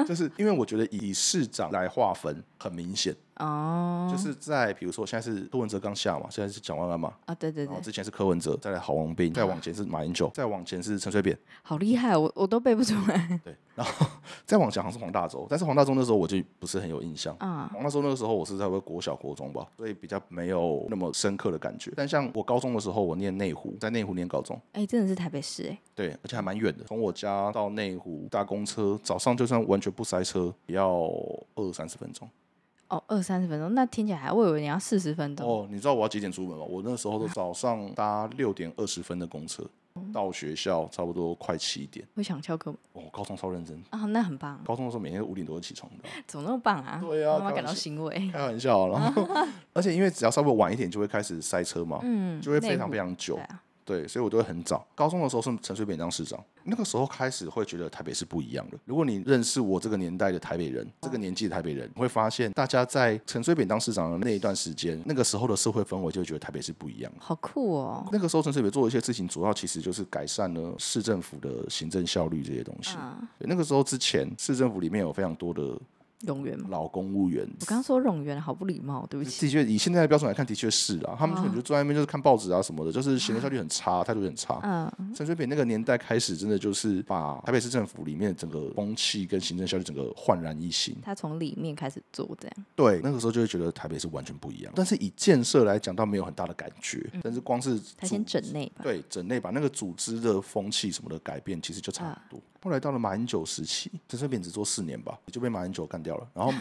Speaker 1: 就是因为我觉得以市长来划分很明显，
Speaker 2: 哦，
Speaker 1: 就是在比如说现在是杜文哲刚下嘛，现在是蒋万安嘛，
Speaker 2: 啊，对对嗯
Speaker 1: 然后
Speaker 2: 对，
Speaker 1: 之前是柯文哲，再来郝龙斌，再往前是马英九，再往前是陈水扁，
Speaker 2: 好厉害哦，我我都背不出来
Speaker 1: 对，然后再往前好像是黄大洲，但是黄大洲那时候我就不是很有印象。
Speaker 2: 啊。
Speaker 1: 黄大洲那个时候我是在国小国中吧，所以比较没有那么深刻的感觉。但像我高中的时候，我念内湖，在内湖念高中，
Speaker 2: [LAUGHS] 哎、真的是台北市哎、
Speaker 1: 对，而且还蛮远的，从我家到内湖搭公车，早上就算完全不塞车，也要二三十分钟。
Speaker 2: 哦，二三十分钟，那听起来还我以为你要四十分钟。
Speaker 1: 哦，你知道我要几点出门吗？我那时候都早上搭六点二十分的公车，到学校差不多快七点。
Speaker 2: 会想翘课吗
Speaker 1: 哦，高中超认真，
Speaker 2: 啊，那很棒，
Speaker 1: 高中的时候每天五点多就起床的，
Speaker 2: 怎么那么棒啊？
Speaker 1: 对啊
Speaker 2: 妈妈
Speaker 1: 开
Speaker 2: 感
Speaker 1: 玩
Speaker 2: 到
Speaker 1: 笑
Speaker 2: 欣
Speaker 1: [LAUGHS]
Speaker 2: 慰。
Speaker 1: 开玩笑。啊然后，而且因为只要稍微晚一点就会开始塞车嘛，
Speaker 2: 嗯，
Speaker 1: 就会非
Speaker 2: 内
Speaker 1: 常
Speaker 2: 湖
Speaker 1: 非常久
Speaker 2: 对。啊，
Speaker 1: 对，所以我都会很早。高中的时候是陈水扁当市长，那个时候开始会觉得台北是不一样的。如果你认识我这个年代的台北人，这个年纪的台北人，你会发现大家在陈水扁当市长的那一段时间，那个时候的社会氛围就会觉得台北是不一样的。
Speaker 2: 好酷哦。
Speaker 1: 那个时候，陈水扁做的一些事情，主要其实就是改善了市政府的行政效率这些东西。
Speaker 2: 嗯，
Speaker 1: 对那个时候之前，市政府里面有非常多的
Speaker 2: 冗员吗？
Speaker 1: 老公务员，
Speaker 2: 我刚说冗员好不礼貌，对不起。
Speaker 1: 的确以现在的标准来看，的确是啦。他们可
Speaker 2: 哦
Speaker 1: 能就坐在那边就是看报纸啊什么的，就是行政效率很差，态度很差。
Speaker 2: 嗯，
Speaker 1: 陈水扁那个年代开始，真的就是把台北市政府里面整个风气跟行政效率整个焕然一新。
Speaker 2: 他从里面开始做这样，
Speaker 1: 对，那个时候就会觉得台北是完全不一样。但是以建设来讲，倒没有很大的感觉，
Speaker 2: 嗯
Speaker 1: 但是光是
Speaker 2: 他先
Speaker 1: 组
Speaker 2: 整内吧。
Speaker 1: 对整内把那个组织的风气什么的改变，其实就差很多。后来到了马英九时期，陈水扁只做四年吧，也就被马英九干掉了。然后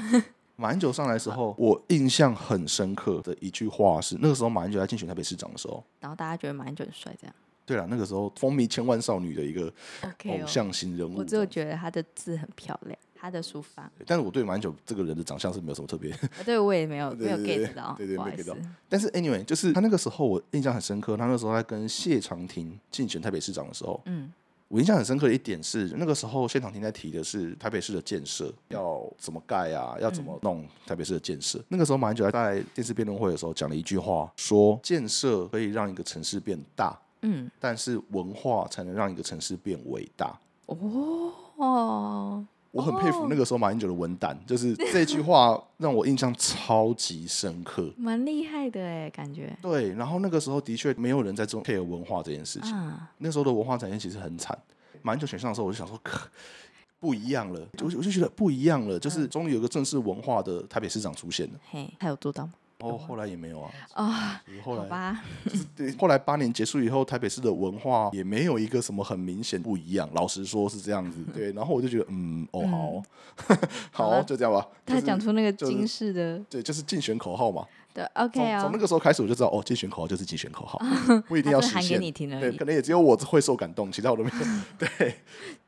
Speaker 1: 马英九上来的时候，我印象很深刻的一句话是，那个时候马英九在竞选台北市长的时候。
Speaker 2: 然后大家觉得马英九很帅这样。
Speaker 1: 对了，那个时候风靡千万少女的一个
Speaker 2: OK 哦
Speaker 1: 偶像型人物，
Speaker 2: 我只有觉得他的字很漂亮，他的书法，
Speaker 1: 但是我对马英九这个人的长相是没有什么特别
Speaker 2: 啊对我也没有没有
Speaker 1: 对对
Speaker 2: get 到，
Speaker 1: 对对
Speaker 2: 不好
Speaker 1: 没
Speaker 2: 意
Speaker 1: get
Speaker 2: 思
Speaker 1: 到，但是 anyway，就是他那个时候我印象很深刻，他那时候在跟谢长廷竞选台北市长的时候，
Speaker 2: 嗯，
Speaker 1: 我印象很深刻的一点是，那个时候谢长廷在提的是台北市的建设要怎么盖啊，要
Speaker 2: 嗯
Speaker 1: 怎么弄台北市的建设。那个时候马英九在电视辩论会的时候讲了一句话，说建设可以让一个城市变大，
Speaker 2: 嗯，
Speaker 1: 但是文化才能让一个城市变伟大。
Speaker 2: 哦，
Speaker 1: 我很佩服那个时候马英九的文胆，就是这句话让我印象超级深刻。
Speaker 2: 蛮厉害的哎，感觉
Speaker 1: 对，然后那个时候的确没有人在做 care 文化这件事情，
Speaker 2: 啊，
Speaker 1: 那时候的文化产业其实很惨。马英九选上的时候，我就想说，可不一样了，我就我就觉得不一样了，就是
Speaker 2: 嗯
Speaker 1: 终于有一个正式文化的台北市长出现了。
Speaker 2: 嘿，他有做到吗？
Speaker 1: 然后后来也没有啊，
Speaker 2: 啊、
Speaker 1: 就是后
Speaker 2: 好
Speaker 1: 来
Speaker 2: 吧，
Speaker 1: 对，后来八年结束以后，台北市的文化也没有一个什么很明显不一样。老实说是这样
Speaker 2: [LAUGHS]
Speaker 1: 子，对。然后我就觉得，嗯，哦，好哦， [LAUGHS] 好
Speaker 2: 好
Speaker 1: 哦，
Speaker 2: 了
Speaker 1: 就这样吧。就
Speaker 2: 他
Speaker 1: 是
Speaker 2: 讲出那个
Speaker 1: 就是
Speaker 2: 金氏的，
Speaker 1: 对，就是竞选口号嘛。
Speaker 2: 对
Speaker 1: 从
Speaker 2: ，OK
Speaker 1: 从那
Speaker 2: 哦，
Speaker 1: 个时候开始，我就知道哦，竞选口号就是竞选口号，不一定要
Speaker 2: 他只
Speaker 1: 实
Speaker 2: 喊给
Speaker 1: 现。
Speaker 2: 你听而
Speaker 1: 对，
Speaker 2: 已
Speaker 1: 可能也只有我会受感动，其他我 [LAUGHS] 都没有。对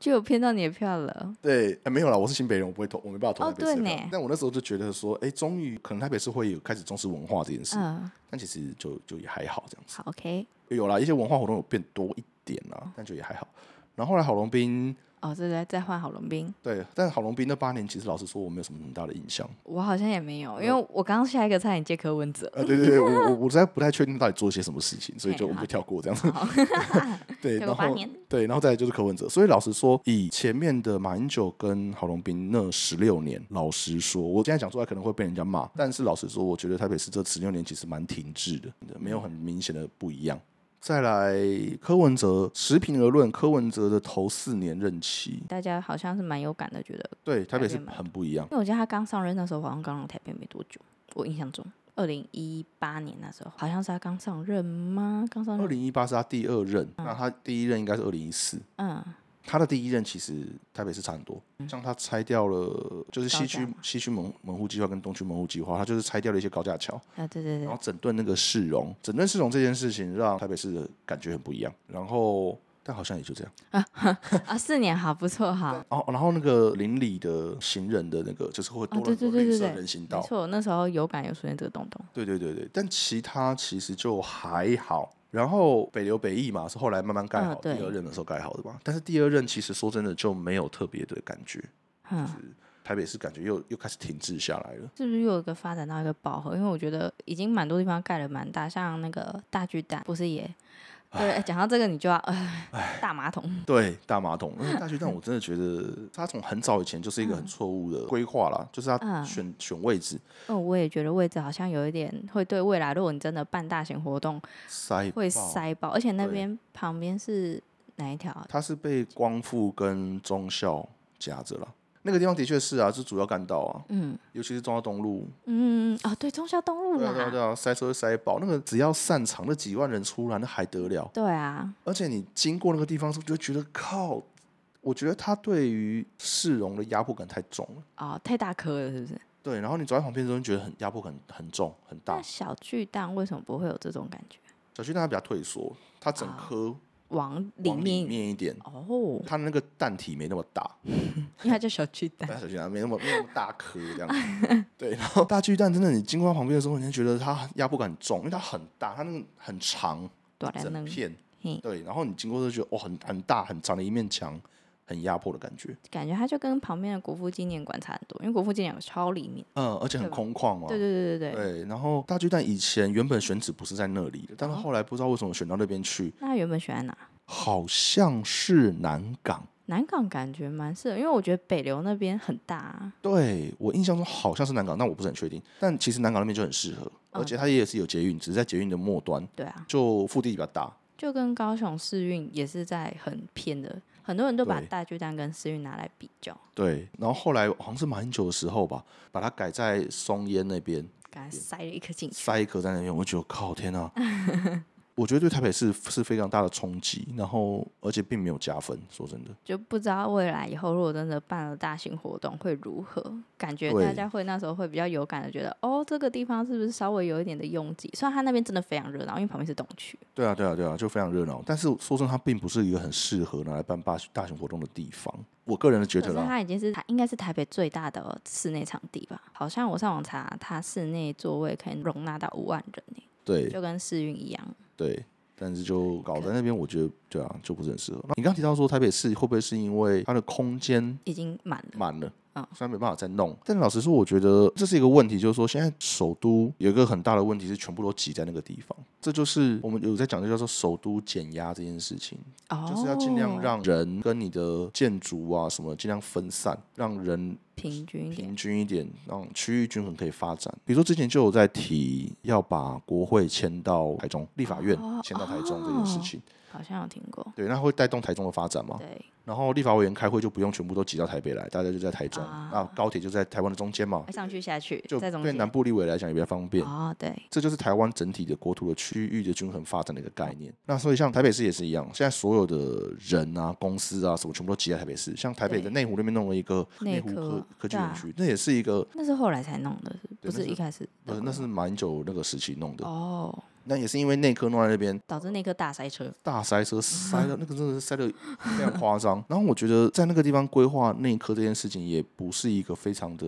Speaker 2: 就有骗到你的票了，
Speaker 1: 对、哎没有啦，我是新北人，我不会投，我没办法投台
Speaker 2: 哦
Speaker 1: 北市的
Speaker 2: 对
Speaker 1: 票、
Speaker 2: 呢
Speaker 1: 但我那时候就觉得说，哎，终于可能台北市会有开始重视文化这件事，
Speaker 2: 嗯，
Speaker 1: 但其实就就也还好这样子。
Speaker 2: 好，OK，
Speaker 1: 有啦，一些文化活动有变多一点啦，但就也还好。然后后来郝龙斌，
Speaker 2: 哦，这再再换郝龙斌，
Speaker 1: 对，但郝龙斌那八年，其实老实说，我没有什么很大的印象。
Speaker 2: 我好像也没有，因为我刚刚下一个差点接柯文哲，
Speaker 1: 呃，对对对，我我我实在不太确定到底做些什么事情，所以 [LAUGHS]
Speaker 2: 嘿
Speaker 1: 就我们
Speaker 2: 好
Speaker 1: 就跳过这样子。 [LAUGHS] 对，然
Speaker 2: 跳过八
Speaker 1: 后
Speaker 2: 年
Speaker 1: 对，然后再来就是柯文哲。所以老实说，以前面的马英九跟郝龙斌那十六年，老实说，我现在讲出来可能会被人家骂，但是老实说，我觉得台北市这十六年其实蛮停滞的，没有很明显的不一样。再来，柯文哲持平而论，柯文哲的头四年任期，
Speaker 2: 大家好像是蛮有感的，觉得，
Speaker 1: 对台北
Speaker 2: 改
Speaker 1: 市
Speaker 2: 变蛮
Speaker 1: 很不一样。
Speaker 2: 因为我记得他刚上任那时候好像刚来台北没多久，我印象中。二零一八年那时候，好像是他刚上任吗？刚上
Speaker 1: 二
Speaker 2: 任，
Speaker 1: 零一八是他第二任，那他第一任应该是二零一四，
Speaker 2: 嗯，
Speaker 1: 他的第一任其实台北市差很多，像他拆掉了就是西
Speaker 2: 高
Speaker 1: 区
Speaker 2: 架嘛
Speaker 1: 西区门门户计划跟东区门户计划，他就是拆掉了一些高架桥，
Speaker 2: 啊，对对
Speaker 1: 然
Speaker 2: 对
Speaker 1: 后，整顿那个市容，整顿市容这件事情让台北市的感觉很不一样。然后但好像也就这样
Speaker 2: 啊，四年好，不错哈，
Speaker 1: 哦，然后那个邻里的行人的那个就是会多
Speaker 2: 哦，
Speaker 1: 了
Speaker 2: 对
Speaker 1: 很多
Speaker 2: 对对
Speaker 1: 绿
Speaker 2: 对
Speaker 1: 色
Speaker 2: 对，
Speaker 1: 人行
Speaker 2: 没
Speaker 1: 道，
Speaker 2: 错，那时候有感有出现这个东东，
Speaker 1: 对对对对，但其他其实就还好。然后北流北翼嘛是后来慢慢盖
Speaker 2: 嗯
Speaker 1: 好，第
Speaker 2: 对
Speaker 1: 二任的时候盖好的嘛。但是第二任其实说真的就没有特别的感觉，
Speaker 2: 嗯，
Speaker 1: 台北市感觉又又开始停滞下来了。
Speaker 2: 是不是又有一个发展到一个饱和？因为我觉得已经蛮多地方盖了蛮大，像那个大巨蛋，不是也？对，讲到这个你就要，呃、大马桶，
Speaker 1: 对，大马
Speaker 2: [LAUGHS]
Speaker 1: 桶，那个大巨蛋我真的觉得他从很早以前就是一个很错误的规划啦，就是他
Speaker 2: 嗯
Speaker 1: 选、选位置
Speaker 2: 哦，我也觉得位置好像有一点会对未来，如果你真的办大型活动
Speaker 1: 塞爆，
Speaker 2: 会塞爆，而且那
Speaker 1: 对
Speaker 2: 边旁边是哪一条啊？
Speaker 1: 他是被光复跟忠孝夹着了。那个地方的确是啊，是主要干道啊，
Speaker 2: 嗯
Speaker 1: 尤其是中央东路，
Speaker 2: 嗯哦，对，中孝东路
Speaker 1: 对
Speaker 2: 啦，
Speaker 1: 啊对啊对啊，塞车会塞爆。那个只要散场，那几万人出来，那还得了？
Speaker 2: 对啊
Speaker 1: 而且你经过那个地方，是不是就觉得靠？我觉得他对于市容的压迫感太重了。
Speaker 2: 哦，太大颗了，是不是？
Speaker 1: 对，然后你走在旁边的时候，你觉得很压迫感很重很大
Speaker 2: 那。小巨蛋为什么不会有这种感觉？
Speaker 1: 小区蛋它比较退缩，它整颗
Speaker 2: 往啊里
Speaker 1: 往里
Speaker 2: 面
Speaker 1: 面一点，
Speaker 2: 哦，
Speaker 1: 它那个蛋体没那么大，
Speaker 2: 因为它叫小巨蛋，
Speaker 1: 但小区蛋没那么没那么大颗这样
Speaker 2: [LAUGHS]
Speaker 1: 子。对，然后大巨蛋真的，你经过它旁边的时候，你就觉得它压迫感很重，因为它很大，它那个很长，
Speaker 2: 短来
Speaker 1: 整
Speaker 2: 能
Speaker 1: 片
Speaker 2: 嘿。
Speaker 1: 对，然后你经过就觉得哦，很很大很长的一面墙，很压迫的感觉。
Speaker 2: 感觉它就跟旁边的国父纪念馆差很多，因为国父纪念馆超里面。
Speaker 1: 嗯，而且很
Speaker 2: 对吧
Speaker 1: 空旷嘛。
Speaker 2: 对对对对对。
Speaker 1: 对，然后大巨蛋以前原本选址不是在那里的，但是后来不知道为什么选到那边去，
Speaker 2: 那它原本选在哪？
Speaker 1: 好像是南港。
Speaker 2: 南港感觉蛮适合，因为我觉得北流那边很大、啊。
Speaker 1: 对我印象中好像是南港，但我不是很确定。但其实南港那边就很适合，而且它也是有捷运，只是在捷运的末端，
Speaker 2: 对啊，
Speaker 1: 就腹地比较大。
Speaker 2: 就跟高雄市运也是在很偏的，很多人都把
Speaker 1: 对
Speaker 2: 大巨蛋跟市运拿来比较，
Speaker 1: 对，然后后来好像是马英九的时候吧，把它改在松烟那边，
Speaker 2: 感觉塞了一颗进去。
Speaker 1: 塞一颗在那边，我就觉得靠天啊！ [LAUGHS] 我觉得对台北市是非常大的冲击，然后而且并没有加分。说真的，
Speaker 2: 就不知道未来以后如果真的办了大型活动会如何，感觉
Speaker 1: 对
Speaker 2: 大家会那时候会比较有感的觉得，哦，这个地方是不是稍微有一点的拥挤？虽然它那边真的非常热闹，因为旁边是东区，
Speaker 1: 对啊，对啊，对啊，就非常热闹。但是说真的，它并不是一个很适合拿来办大大型活动的地方。我个人的觉
Speaker 2: 可
Speaker 1: 得
Speaker 2: 是
Speaker 1: 啦，
Speaker 2: 它已经是台应该是台北最大的室内场地吧？好像我上网查，它室内座位可以容纳到五万人耶、
Speaker 1: 对
Speaker 2: 就跟世运一样。
Speaker 1: 对，但是就搞在那边，我觉得对啊，就不是很适合。那你刚刚提到说台北市会不会是因为它的空间
Speaker 2: 已经满了，
Speaker 1: 满了？
Speaker 2: 嗯
Speaker 1: 虽然没办法再弄，但老实说，我觉得这是一个问题，就是说现在首都有一个很大的问题是全部都挤在那个地方，这就是我们有在讲的叫做首都减压这件事情。
Speaker 2: 哦，
Speaker 1: 就是要尽量让人跟你的建筑啊什么尽量分散，让人
Speaker 2: 平均一
Speaker 1: 平
Speaker 2: 点。
Speaker 1: 均一点，让区域均衡可以发展。比如说之前就有在提要把国会迁到台中，立法院
Speaker 2: 哦
Speaker 1: 迁到台中这件事情，
Speaker 2: 好像有听过，
Speaker 1: 对，那会带动台中的发展嘛。
Speaker 2: 对，
Speaker 1: 然后立法委员开会就不用全部都挤到台北来，大家就在台中，
Speaker 2: 啊
Speaker 1: 啊，高铁就在台湾的中间嘛，
Speaker 2: 上去下去，
Speaker 1: 就
Speaker 2: 在中
Speaker 1: 对
Speaker 2: 间。
Speaker 1: 南部立委来讲也比较方便。
Speaker 2: 哦，对，
Speaker 1: 这就是台湾整体的国土的区域的均衡发展的一个概念。那所以像台北市也是一样，现在所有的人啊、公司啊什么全部都挤在台北市。像台北的
Speaker 2: 对
Speaker 1: 内湖那边弄了一个
Speaker 2: 内
Speaker 1: 内湖
Speaker 2: 科
Speaker 1: 科科技
Speaker 2: 对啊
Speaker 1: 园区，那也是一个
Speaker 2: 那是后来才弄的，是不
Speaker 1: 对那
Speaker 2: 是
Speaker 1: 是
Speaker 2: 一开始的
Speaker 1: 呃，那是蛮久那个时期弄的。
Speaker 2: 哦，
Speaker 1: 那也是因为内科弄在那边
Speaker 2: 导致那颗大塞车。
Speaker 1: 大塞车，塞的那个真的是塞的非常夸张。然后我觉得在那个地方规划内科这件事情，也不是一个非常的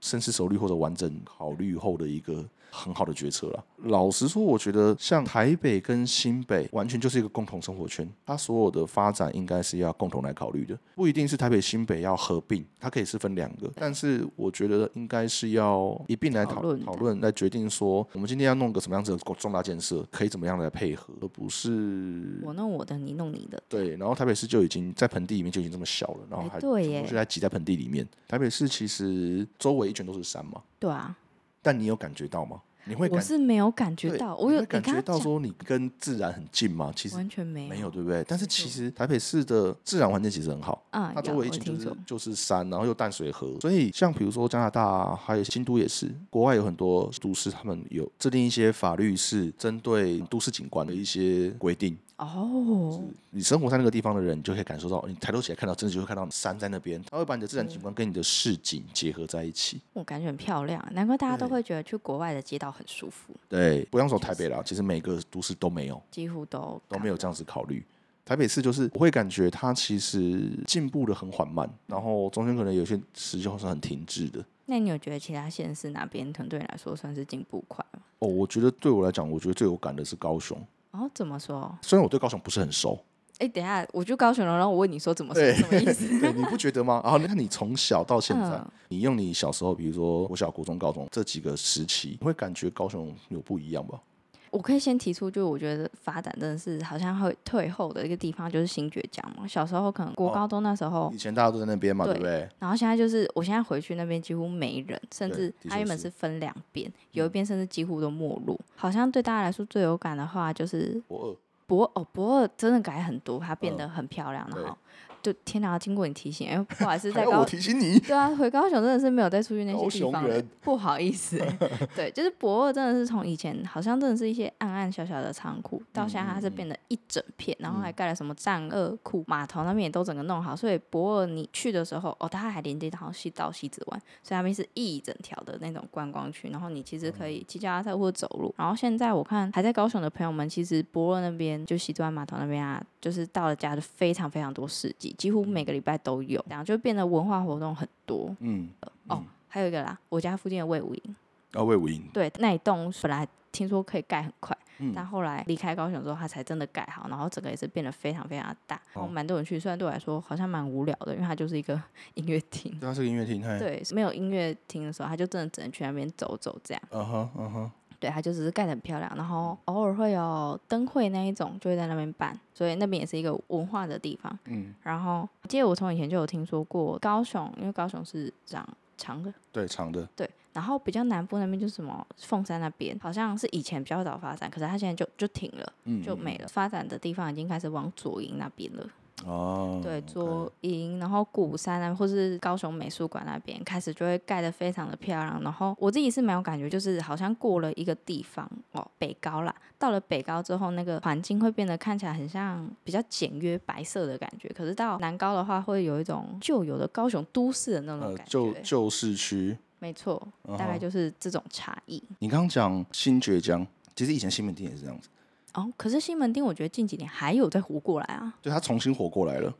Speaker 1: 深思熟虑或者完整考虑后的一个很好的决策啦。老实说，我觉得像台北跟新北完全就是一个共同生活圈，它所有的发展应该是要共同来考虑的，不一定是台北新北要合并，它可以是分两个，但是我觉得应该是要一并来
Speaker 2: 讨
Speaker 1: 讨
Speaker 2: 论的
Speaker 1: 讨论来决定说，我们今天要弄个什么样子的重大建设，可以怎么样来配合，而不是
Speaker 2: 我弄我的，你弄你的。
Speaker 1: 对，然后台北市就已经在盆地里面就已经这么小了，然后
Speaker 2: 哎
Speaker 1: 还
Speaker 2: 对
Speaker 1: 全部
Speaker 2: 耶
Speaker 1: 就在挤在盆地里面。台北市其实周围一圈都是山嘛，
Speaker 2: 对啊，
Speaker 1: 但你有感觉到吗？你会
Speaker 2: 我
Speaker 1: 感
Speaker 2: 是没有感觉
Speaker 1: 对
Speaker 2: 到，
Speaker 1: 你
Speaker 2: 我有
Speaker 1: 会感
Speaker 2: 你刚
Speaker 1: 觉
Speaker 2: 刚
Speaker 1: 到
Speaker 2: 讲
Speaker 1: 说你跟自然很近吗？其实
Speaker 2: 完全没
Speaker 1: 没
Speaker 2: 有，
Speaker 1: 有，对不对？但是
Speaker 2: 没
Speaker 1: 其
Speaker 2: 错
Speaker 1: 实台北市的自然环境其实很好，
Speaker 2: 嗯，
Speaker 1: 它周
Speaker 2: 有
Speaker 1: 围一
Speaker 2: 我
Speaker 1: 圈就
Speaker 2: 听
Speaker 1: 是
Speaker 2: 说，
Speaker 1: 就是山，然后又淡水河，所以像比如说加拿大啊还有新都也是，国外有很多都市，他们有制定一些法律是针对都市景观的一些规定。
Speaker 2: 哦，
Speaker 1: 你生活在那个地方的人，你就可以感受到，你抬头起来看到，真的就会看到山在那边，它会把你的自然景
Speaker 2: 嗯
Speaker 1: 观跟你的市景结合在一起。
Speaker 2: 我感觉很漂亮，难怪大家都
Speaker 1: 对
Speaker 2: 会觉得去国外的街道很舒服，
Speaker 1: 对，不用说台北啦，其实每个都市都没有
Speaker 2: 几乎都
Speaker 1: 都没有这样子考虑。台北市就是我会感觉它其实进步的很缓慢，然后中间可能有些时候是很停滞的。
Speaker 2: 那你有觉得其他县市哪边可能对你来说算是进步快吗？
Speaker 1: 哦，我觉得对我来讲，我觉得最有感的是高雄。
Speaker 2: 哦，怎么说？
Speaker 1: 虽然我对高雄不是很
Speaker 2: [LAUGHS]
Speaker 1: 熟，
Speaker 2: 哎，等一下，我就高雄了，然后我问你说怎么说，
Speaker 1: 对
Speaker 2: 什么意思？
Speaker 1: 对，你不觉得吗？然后那你从小到 [LAUGHS] 现在，
Speaker 2: 嗯
Speaker 1: 你用你小时候，比如说国小、国中、高中这几个时期，你会感觉高雄有不一样吧？
Speaker 2: 我可以先提出，就是我觉得发展真的是好像会退后的一个地方，就是新觉江嘛。小时候可能国
Speaker 1: 哦
Speaker 2: 高中那时候，
Speaker 1: 以前大家都在那边嘛，
Speaker 2: 对
Speaker 1: 对不对？
Speaker 2: 然后现在就是我现在回去那边几乎没人，甚
Speaker 1: 对
Speaker 2: 至
Speaker 1: 的
Speaker 2: 它
Speaker 1: 确
Speaker 2: 原本
Speaker 1: 是嗯
Speaker 2: 是分两边，有一边甚至几乎都没落。好像对大家来说最有感的话就是
Speaker 1: 我二
Speaker 2: 博尔哦，博尔真的改很多，它变
Speaker 1: 嗯
Speaker 2: 得很漂亮，
Speaker 1: 对
Speaker 2: 然后就天哪，经过你提醒，哎，不好意思，
Speaker 1: 还
Speaker 2: 在
Speaker 1: 要我
Speaker 2: 高
Speaker 1: 提醒你，
Speaker 2: 对啊，回高雄真的是没有再出去那
Speaker 1: 高
Speaker 2: 些地
Speaker 1: 雄
Speaker 2: 方了
Speaker 1: 人，
Speaker 2: 不好意思欸、对，就是博二真的是从以前好像真的是一些暗暗小小的仓库，到现在它是变得一整片，然后还盖了什么战二库、码头那边也都整个弄好，所以博二你去的时候，哦，它还连接到西到西子湾，所以那边是一整条的那种观光区，然后你其实可以骑脚踏车或走路。然后现在我看还在高雄的朋友们，其实博二那边就西子湾码头那边啊，就是到了家就非常非常多市集，几乎每个礼拜都有，然后就变得文化活动很多。
Speaker 1: 嗯，
Speaker 2: 哦，还有一个啦，我家附近的魏武营，
Speaker 1: 要魏武营，
Speaker 2: 对，那一栋本来听说可以盖很快，
Speaker 1: 嗯
Speaker 2: 但后来离开高雄之后，它才真的盖好，然后整个也是变得非常非常的大，然后蛮多人去，虽然对我来说好像蛮无聊的，因为它就是一个 [LAUGHS] 音乐厅。
Speaker 1: 对，它是个音乐厅，嘿，
Speaker 2: 对，没有音乐厅的时候，他就真的只能去那边走走这样。
Speaker 1: 嗯哼，嗯哼，
Speaker 2: 对，它就只是盖得很漂亮，然后偶尔会有灯会那一种，就会在那边办，所以那边也是一个文化的地方。
Speaker 1: 嗯，
Speaker 2: 然后，我记得我从以前就有听说过高雄，因为高雄是长长的，
Speaker 1: 对，长的，
Speaker 2: 对，然后比较南部那边就是什么凤山那边，好像是以前比较早发展，可是它现在就就停了，
Speaker 1: 嗯，
Speaker 2: 就没了。发展的地方已经开始往左营那边了。
Speaker 1: 哦，
Speaker 2: 对，左营，然后鼓山啊，或是高雄美术馆那边开始就会盖得非常的漂亮。然后我自己是蛮有感觉，就是好像过了一个地方哦，北高啦，到了北高之后，那个环境会变得看起来很像比较简约白色的感觉。可是到南高的话，会有一种旧有的高雄都市的那种
Speaker 1: 呃，
Speaker 2: 感觉。
Speaker 1: 旧旧市区，
Speaker 2: 没错，
Speaker 1: 嗯
Speaker 2: 大概
Speaker 1: 哼
Speaker 2: 就是这种差异。
Speaker 1: 你刚刚讲新爵江，其实以前西门町也是这样子，
Speaker 2: 哦，可是西门町，我觉得近几年还有在活过来啊。
Speaker 1: 对，它重新活过
Speaker 2: [LAUGHS]
Speaker 1: 来了。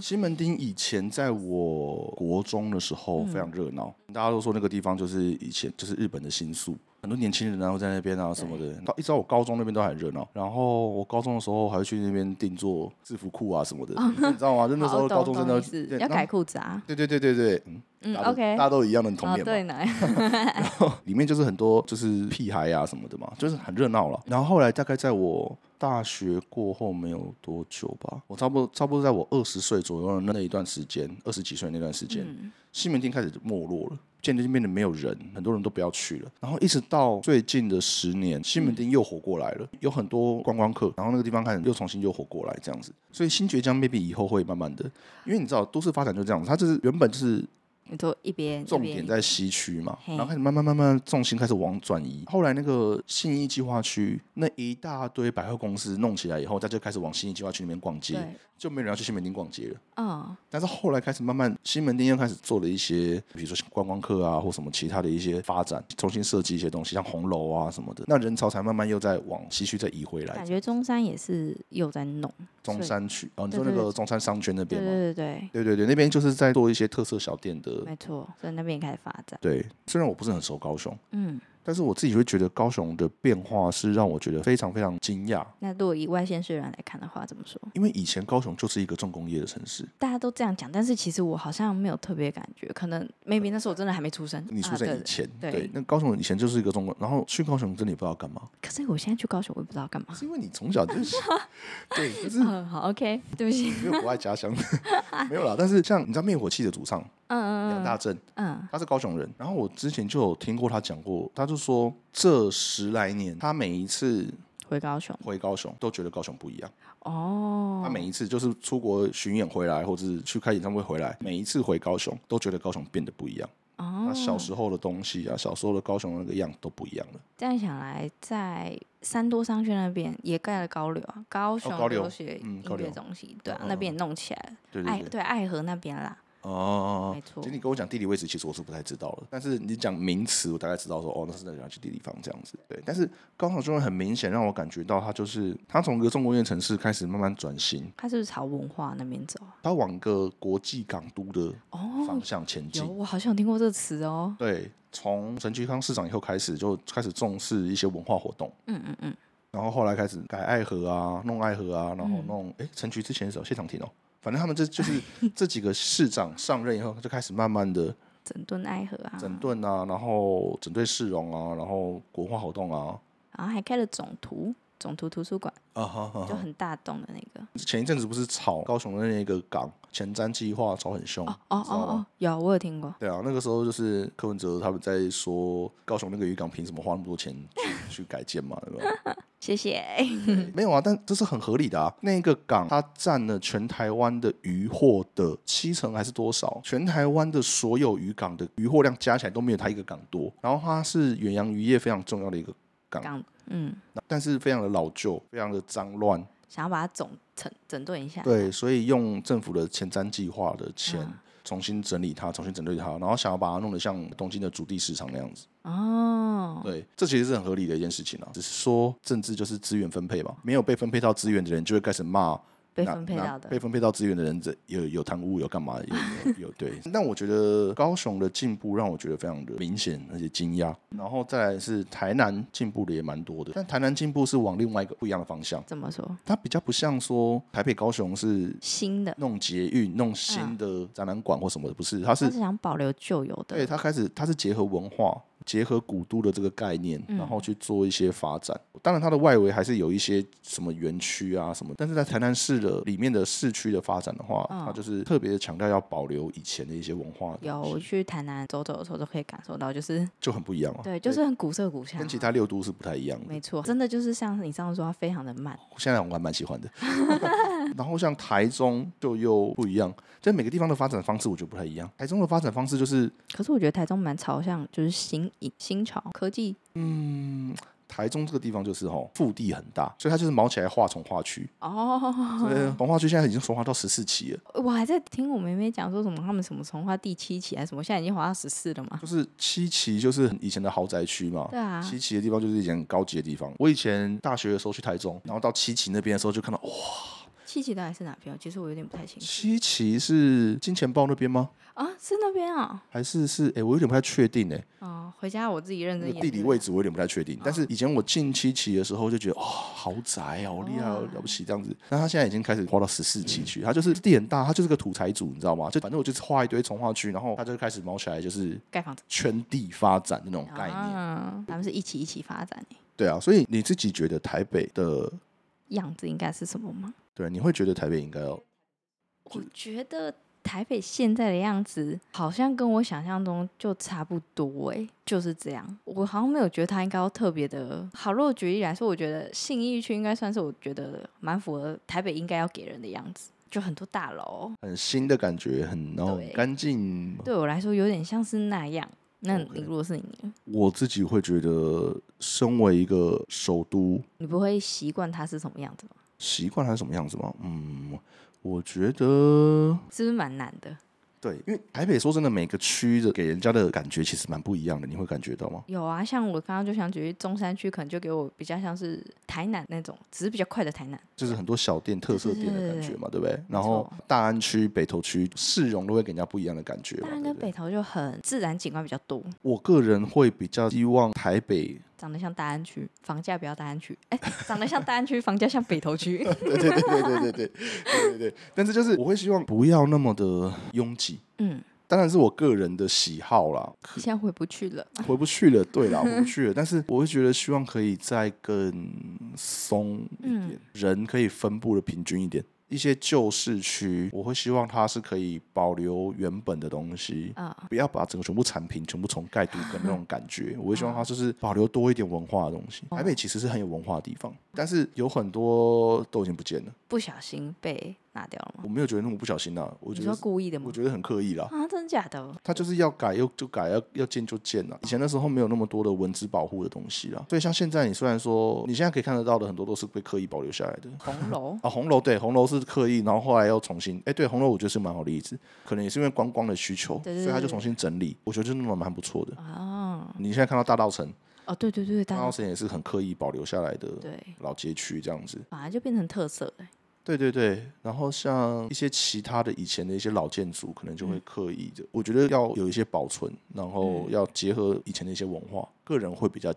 Speaker 1: 西门町以前在我国中的时
Speaker 2: 嗯
Speaker 1: 候非常热闹，大家都说那个地方就是以前就是日本的新宿，很多年轻人然后在那边啊什么的，到一直到我高中那边都很热闹。然后我高中的时候还会去那边定做制服裤啊什么的，你知道吗？就那时
Speaker 2: 哦好
Speaker 1: 候
Speaker 2: 懂
Speaker 1: 高中生
Speaker 2: 懂
Speaker 1: 的
Speaker 2: 意思
Speaker 1: 对然
Speaker 2: 要
Speaker 1: 后
Speaker 2: 改裤子啊。
Speaker 1: 对对对对对，嗯
Speaker 2: 嗯
Speaker 1: 大家都
Speaker 2: ，OK
Speaker 1: 大。家都一样的童
Speaker 2: 哦，
Speaker 1: 年嘛。
Speaker 2: 对呢，
Speaker 1: 哦里面就是很多就是屁孩啊什么的嘛，就是很热闹了。然后后来大概在我大学过后没有多久吧，我差不多差不多在我二十岁左右的那一段时间，二十几岁那段时间，西门町开始就没落了。渐渐变得没有人，很多人都不要去了。然后一直到最近的十年，西门町又活过来了，有很多观光客，然后那个地方开始又重新又活过来这样子。所以新爵江 maybe 以后会慢慢的，因为你知道都市发展就这样子，它就是原本就是
Speaker 2: 你说一边一
Speaker 1: 重
Speaker 2: 边
Speaker 1: 点在西区嘛，
Speaker 2: 嘿
Speaker 1: 然后开始慢慢慢慢重心开始往转移。后来那个信义计划区那一大堆百货公司弄起来以后，大家就开始往信义计划区那边逛街，
Speaker 2: 对，
Speaker 1: 就没有人要去西门町逛街了。
Speaker 2: 嗯，
Speaker 1: 但是后来开始慢慢，西门町又开始做了一些，比如说观光客啊，或什么其他的一些发展，重新设计一些东西，像红楼啊什么的，那人潮才慢慢又在往西区再移回来
Speaker 2: 感。觉中山也是有在弄，
Speaker 1: 中
Speaker 2: 所以
Speaker 1: 山区哦，你说
Speaker 2: 对
Speaker 1: 那
Speaker 2: 对
Speaker 1: 个中山商圈那
Speaker 2: 对
Speaker 1: 边吗？
Speaker 2: 对对对，
Speaker 1: 对对对，那边就是在做一些特色小店的。
Speaker 2: 没错，所以那边也开始发展，
Speaker 1: 对，虽然我不是很熟高雄。
Speaker 2: 嗯，
Speaker 1: 但是我自己会觉得高雄的变化是让我觉得非常非常惊讶，
Speaker 2: 那如果以外县市人来看的话，怎么说？
Speaker 1: 因为以前高雄就是一个重工业的城市，
Speaker 2: 大家都这样讲，但是其实我好像没有特别感觉，可能 maybe 那时候我真的还没出生，
Speaker 1: 呃你出
Speaker 2: 啊
Speaker 1: 生
Speaker 2: 对
Speaker 1: 以前，
Speaker 2: 对
Speaker 1: 对，那高雄以前就是一个重工，然后去高雄真的也不知道干嘛，
Speaker 2: 可是我现在去高雄，我也不知道干嘛。 [LAUGHS]
Speaker 1: 是因为你从小就是对，就是
Speaker 2: 嗯，好，OK，对不起， [LAUGHS]
Speaker 1: 没有国外家乡，没有啦。但是像你知道灭火器的主唱
Speaker 2: 嗯
Speaker 1: 杨
Speaker 2: 嗯
Speaker 1: 大正，
Speaker 2: 嗯
Speaker 1: 他是高雄人，然后我之前就有听过他讲过，他就说这十来年他每一次
Speaker 2: 嗯，回高雄
Speaker 1: 回高雄都觉得高雄不一样。
Speaker 2: 哦
Speaker 1: 他，每一次就是出国巡演回来，或者是去开演唱会回来，每一次回高雄都觉得高雄变得不一样。他
Speaker 2: 哦，
Speaker 1: 小时候的东西啊，小时候的高雄那个样子都不一样了。
Speaker 2: 这样想来，在三多商圈那边也盖了高流啊，高雄
Speaker 1: 高流
Speaker 2: 流学
Speaker 1: 嗯
Speaker 2: 音
Speaker 1: 高
Speaker 2: 乐
Speaker 1: 流
Speaker 2: 中心，对啊
Speaker 1: 嗯，嗯
Speaker 2: 那边也弄起来了。
Speaker 1: 对
Speaker 2: 爱
Speaker 1: 对对，
Speaker 2: 对爱河那边啦，
Speaker 1: 哦
Speaker 2: 哎没，错
Speaker 1: 其实你跟我讲地理位置，其实我是不太知道了。但是你讲名词，我大概知道说，哦，那是在哪些地方这样子。对，但是高雄就会很明显让我感觉到，它就是它从一个重工业城市开始慢慢转型，
Speaker 2: 他是不是朝文化那边走啊？
Speaker 1: 它往一个国际港都的
Speaker 2: 哦
Speaker 1: 方，向前进
Speaker 2: 有，。我好像有听过这个词哦。
Speaker 1: 对，从陈其康市长以后开始，就开始重视一些文化活动。
Speaker 2: 嗯嗯嗯，
Speaker 1: 然后后来开始改爱河啊，弄爱河啊，然后
Speaker 2: 嗯
Speaker 1: 弄哎陈菊之前是有谢长廷哦，反正他们这就是这几个市长上任以后，他就开始慢慢的
Speaker 2: 整顿爱河 [LAUGHS] 啊，
Speaker 1: 整顿啊，然后整顿市容啊，然后国化活动啊，
Speaker 2: 然后还开了总图总图图书馆，
Speaker 1: 啊哈哈
Speaker 2: 就很大栋的那个。
Speaker 1: 前一阵子不是炒高雄的那个港前瞻计划炒很凶，
Speaker 2: 哦哦
Speaker 1: 知
Speaker 2: 哦
Speaker 1: 道
Speaker 2: 哦
Speaker 1: 吗，
Speaker 2: 有我有听过。
Speaker 1: 对啊，那个时候就是柯文哲他们在说高雄那个渔港凭什么花那么多钱去 [LAUGHS] 去改建嘛，对吧？
Speaker 2: 谢谢。
Speaker 1: 没有啊，但这是很合理的啊。那个港它占了全台湾的渔获的七成还是多少？全台湾的所有渔港的渔获量加起来都没有它一个港多。然后它是远洋渔业非常重要的一个港，
Speaker 2: [LAUGHS] 港嗯，
Speaker 1: 但是非常的老旧，非常的脏乱。
Speaker 2: 想要把它总整整顿一下。
Speaker 1: 对，所以用政府的前瞻计划的钱。
Speaker 2: 嗯
Speaker 1: 重新整理它，重新整理它，然后想要把它弄得像东京的主地市场那样子。
Speaker 2: 哦，
Speaker 1: 对，这其实是很合理的一件事情啊。只是说政治就是资源分配嘛，没有被分配到资源的人就会开始骂
Speaker 2: 被
Speaker 1: 那
Speaker 2: 分配
Speaker 1: 那
Speaker 2: 到的
Speaker 1: 被。分配到资源的人，这有有贪污，有干嘛，
Speaker 2: [LAUGHS]
Speaker 1: 有有有对。但我觉得高雄的进步让我觉得非常的明显，而且惊讶。然后再来是台南进步的也蛮多的，但台南进步是往另外一个不一样的方向，
Speaker 2: 怎么说？
Speaker 1: 它比较不像说台北、高雄是
Speaker 2: 新的，
Speaker 1: 弄捷运、弄新
Speaker 2: 嗯
Speaker 1: 的展览馆或什么的，不是，它
Speaker 2: 他
Speaker 1: 是
Speaker 2: 是想保留旧有
Speaker 1: 对
Speaker 2: 的。
Speaker 1: 它开始它是结合文化。结合古都的这个概念，然
Speaker 2: 嗯
Speaker 1: 后去做一些发展。当然，它的外围还是有一些什么园区啊什么，但是在台南市的里面的市区的发展的话，
Speaker 2: 嗯
Speaker 1: 它就是特别强调要保留以前的一些文化的
Speaker 2: 有，
Speaker 1: 东西，
Speaker 2: 我去台南走走的时候都可以感受到，就是
Speaker 1: 就很不一样啊。
Speaker 2: 对，就是很古色古香啊。
Speaker 1: 跟其他六都是不太一样的。
Speaker 2: 没错，真的就是像你上次说，它非常的慢。 [LAUGHS]
Speaker 1: 现在我还蛮喜欢的，然后像台中就又不一样，就每个地方的发展方式我觉得不太一样。台中的发展方式就是，
Speaker 2: 可是我觉得台中蛮朝向就是新颖、新潮、科技，
Speaker 1: 嗯，台中这个地方就是吼、腹地很大，所以它就是毛起来化从化区。
Speaker 2: 哦，
Speaker 1: 对，从化区现在已经从化到十四期了，
Speaker 2: 我还在听我妹妹讲说什么他们什么从化第七期还是什么，现在已经滑到十四了嘛。
Speaker 1: 就是七期就是以前的豪宅区嘛。
Speaker 2: 对啊，
Speaker 1: 哦七期的地方就是以前很高级的地方。我以前大学的时候去台中，然后到七期那边的时候就看到，哇、
Speaker 2: 七期到底是哪边啊？其实我有点不太清楚
Speaker 1: 七期是金钱豹那边吗？
Speaker 2: 啊，是那边啊。
Speaker 1: 还是是？哎、我有点不太确定哎、
Speaker 2: 哦，回家我自己认
Speaker 1: 那
Speaker 2: 真
Speaker 1: 个哦
Speaker 2: 研
Speaker 1: 地
Speaker 2: 究
Speaker 1: 理
Speaker 2: 一
Speaker 1: 位
Speaker 2: 下
Speaker 1: 置我有点不太确定，但是以前我进七期的时候就觉得，哇、豪宅哦，好厉害哦，了不起这样子。但他现在已经开始划到十四期去，他就是地很大，他就是个土财主，你知道吗？就反正我就是画一堆从化区，然后他就开始毛起来，就是
Speaker 2: 盖房子
Speaker 1: 圈地发展的那种概念。
Speaker 2: 啊，他们是一起一起发展欸
Speaker 1: 对啊，所以你自己觉得台北的，
Speaker 2: 样子应该是什么吗？
Speaker 1: 对，啊你会觉得台北应该要嗯
Speaker 2: 我觉得台北现在的样子好像跟我想象中就差不多诶、就是这样。我好像没有觉得它应该要特别的好。如果举例来说，我觉得信义区应该算是我觉得蛮符合台北应该要给人的样子，就很多大楼，
Speaker 1: 很新的感觉，很然后很
Speaker 2: 对
Speaker 1: 干净。
Speaker 2: 对我来说有点像是那样。那
Speaker 1: 哦 OK
Speaker 2: 你如果是你呢，
Speaker 1: 我自己会觉得，身为一个首都，
Speaker 2: 你不会习惯它是什么样子吗？
Speaker 1: 习惯它是什么样子吗？嗯，我觉得
Speaker 2: 是不是蛮难的？
Speaker 1: 对，因为台北说真的，每个区的给人家的感觉其实蛮不一样的，你会感觉到吗？
Speaker 2: 有啊，像我刚刚就想举例中山区，可能就给我比较像是台南那种，只是比较快的台南。
Speaker 1: 就是很多小店、特色店的
Speaker 2: 对对
Speaker 1: 感
Speaker 2: 对
Speaker 1: 觉嘛，对不对？然后
Speaker 2: 错
Speaker 1: 大安区、北投区、市容都会给人家不一样的感觉嘛
Speaker 2: 大，安
Speaker 1: 对
Speaker 2: 跟
Speaker 1: 不对？
Speaker 2: 北投就很自然景观比较多，
Speaker 1: 我个人会比较希望台北
Speaker 2: 长得像大安区，房价不要大安区，哎、长得像大安区，房价像北
Speaker 1: [LAUGHS]
Speaker 2: 投区。
Speaker 1: 对对对对对对对对对对。但是就是我会希望不要那么的拥挤，
Speaker 2: 嗯，
Speaker 1: 当然是我个人的喜好啦，
Speaker 2: 现在回不去了。
Speaker 1: 回不去了，对啦，回不
Speaker 2: [LAUGHS]
Speaker 1: 去了。但是我会觉得希望可以再更松一点，
Speaker 2: 嗯
Speaker 1: 人可以分布的平均一点。一些旧市区，我会希望它是可以保留原本的东西，
Speaker 2: 啊
Speaker 1: 不要把整个全部铲平，全部重盖镀跟那种感
Speaker 2: [LAUGHS]
Speaker 1: 觉。我会希望它就是保留多一点文化的东
Speaker 2: 啊
Speaker 1: 西。台北其实是很有文化的地方，但是有很多都已经不见了。
Speaker 2: 不小心被拿掉了吗？
Speaker 1: 我没有觉得那么不小心啦、啊我
Speaker 2: 你
Speaker 1: 觉
Speaker 2: 说
Speaker 1: 得
Speaker 2: 故意的吗
Speaker 1: 我？觉得很刻意啦。
Speaker 2: 啊，真的假的？
Speaker 1: 他就是要改又就改，要要建就建啊了、以前那时候没有那么多的文字保护的东西啊啦，所以像现在你虽然说你现在可以看得到的很多都是被刻意保留下来的。
Speaker 2: 红
Speaker 1: [LAUGHS]
Speaker 2: 楼
Speaker 1: 啊，红楼对，红楼是刻意，然后后来又重新，哎，对，红楼我觉得是蛮好的例子，可能也是因为观光的需求，
Speaker 2: 对对
Speaker 1: 所以他
Speaker 2: 对
Speaker 1: 就重新整理，我觉得就弄得蛮不错的。
Speaker 2: 啊，
Speaker 1: 你现在看到大道城，
Speaker 2: 哦，对对对，
Speaker 1: 大
Speaker 2: 大
Speaker 1: 道
Speaker 2: 安
Speaker 1: 城也是很刻意保留下来的
Speaker 2: 对，
Speaker 1: 老街区这样子。
Speaker 2: 反而就变成特色了。
Speaker 1: 对对对，然后像一些其他的以前的一些老建筑，可能就会刻意的，我觉得要有一些保存，然后要结合以前的一些文化，个人会比较。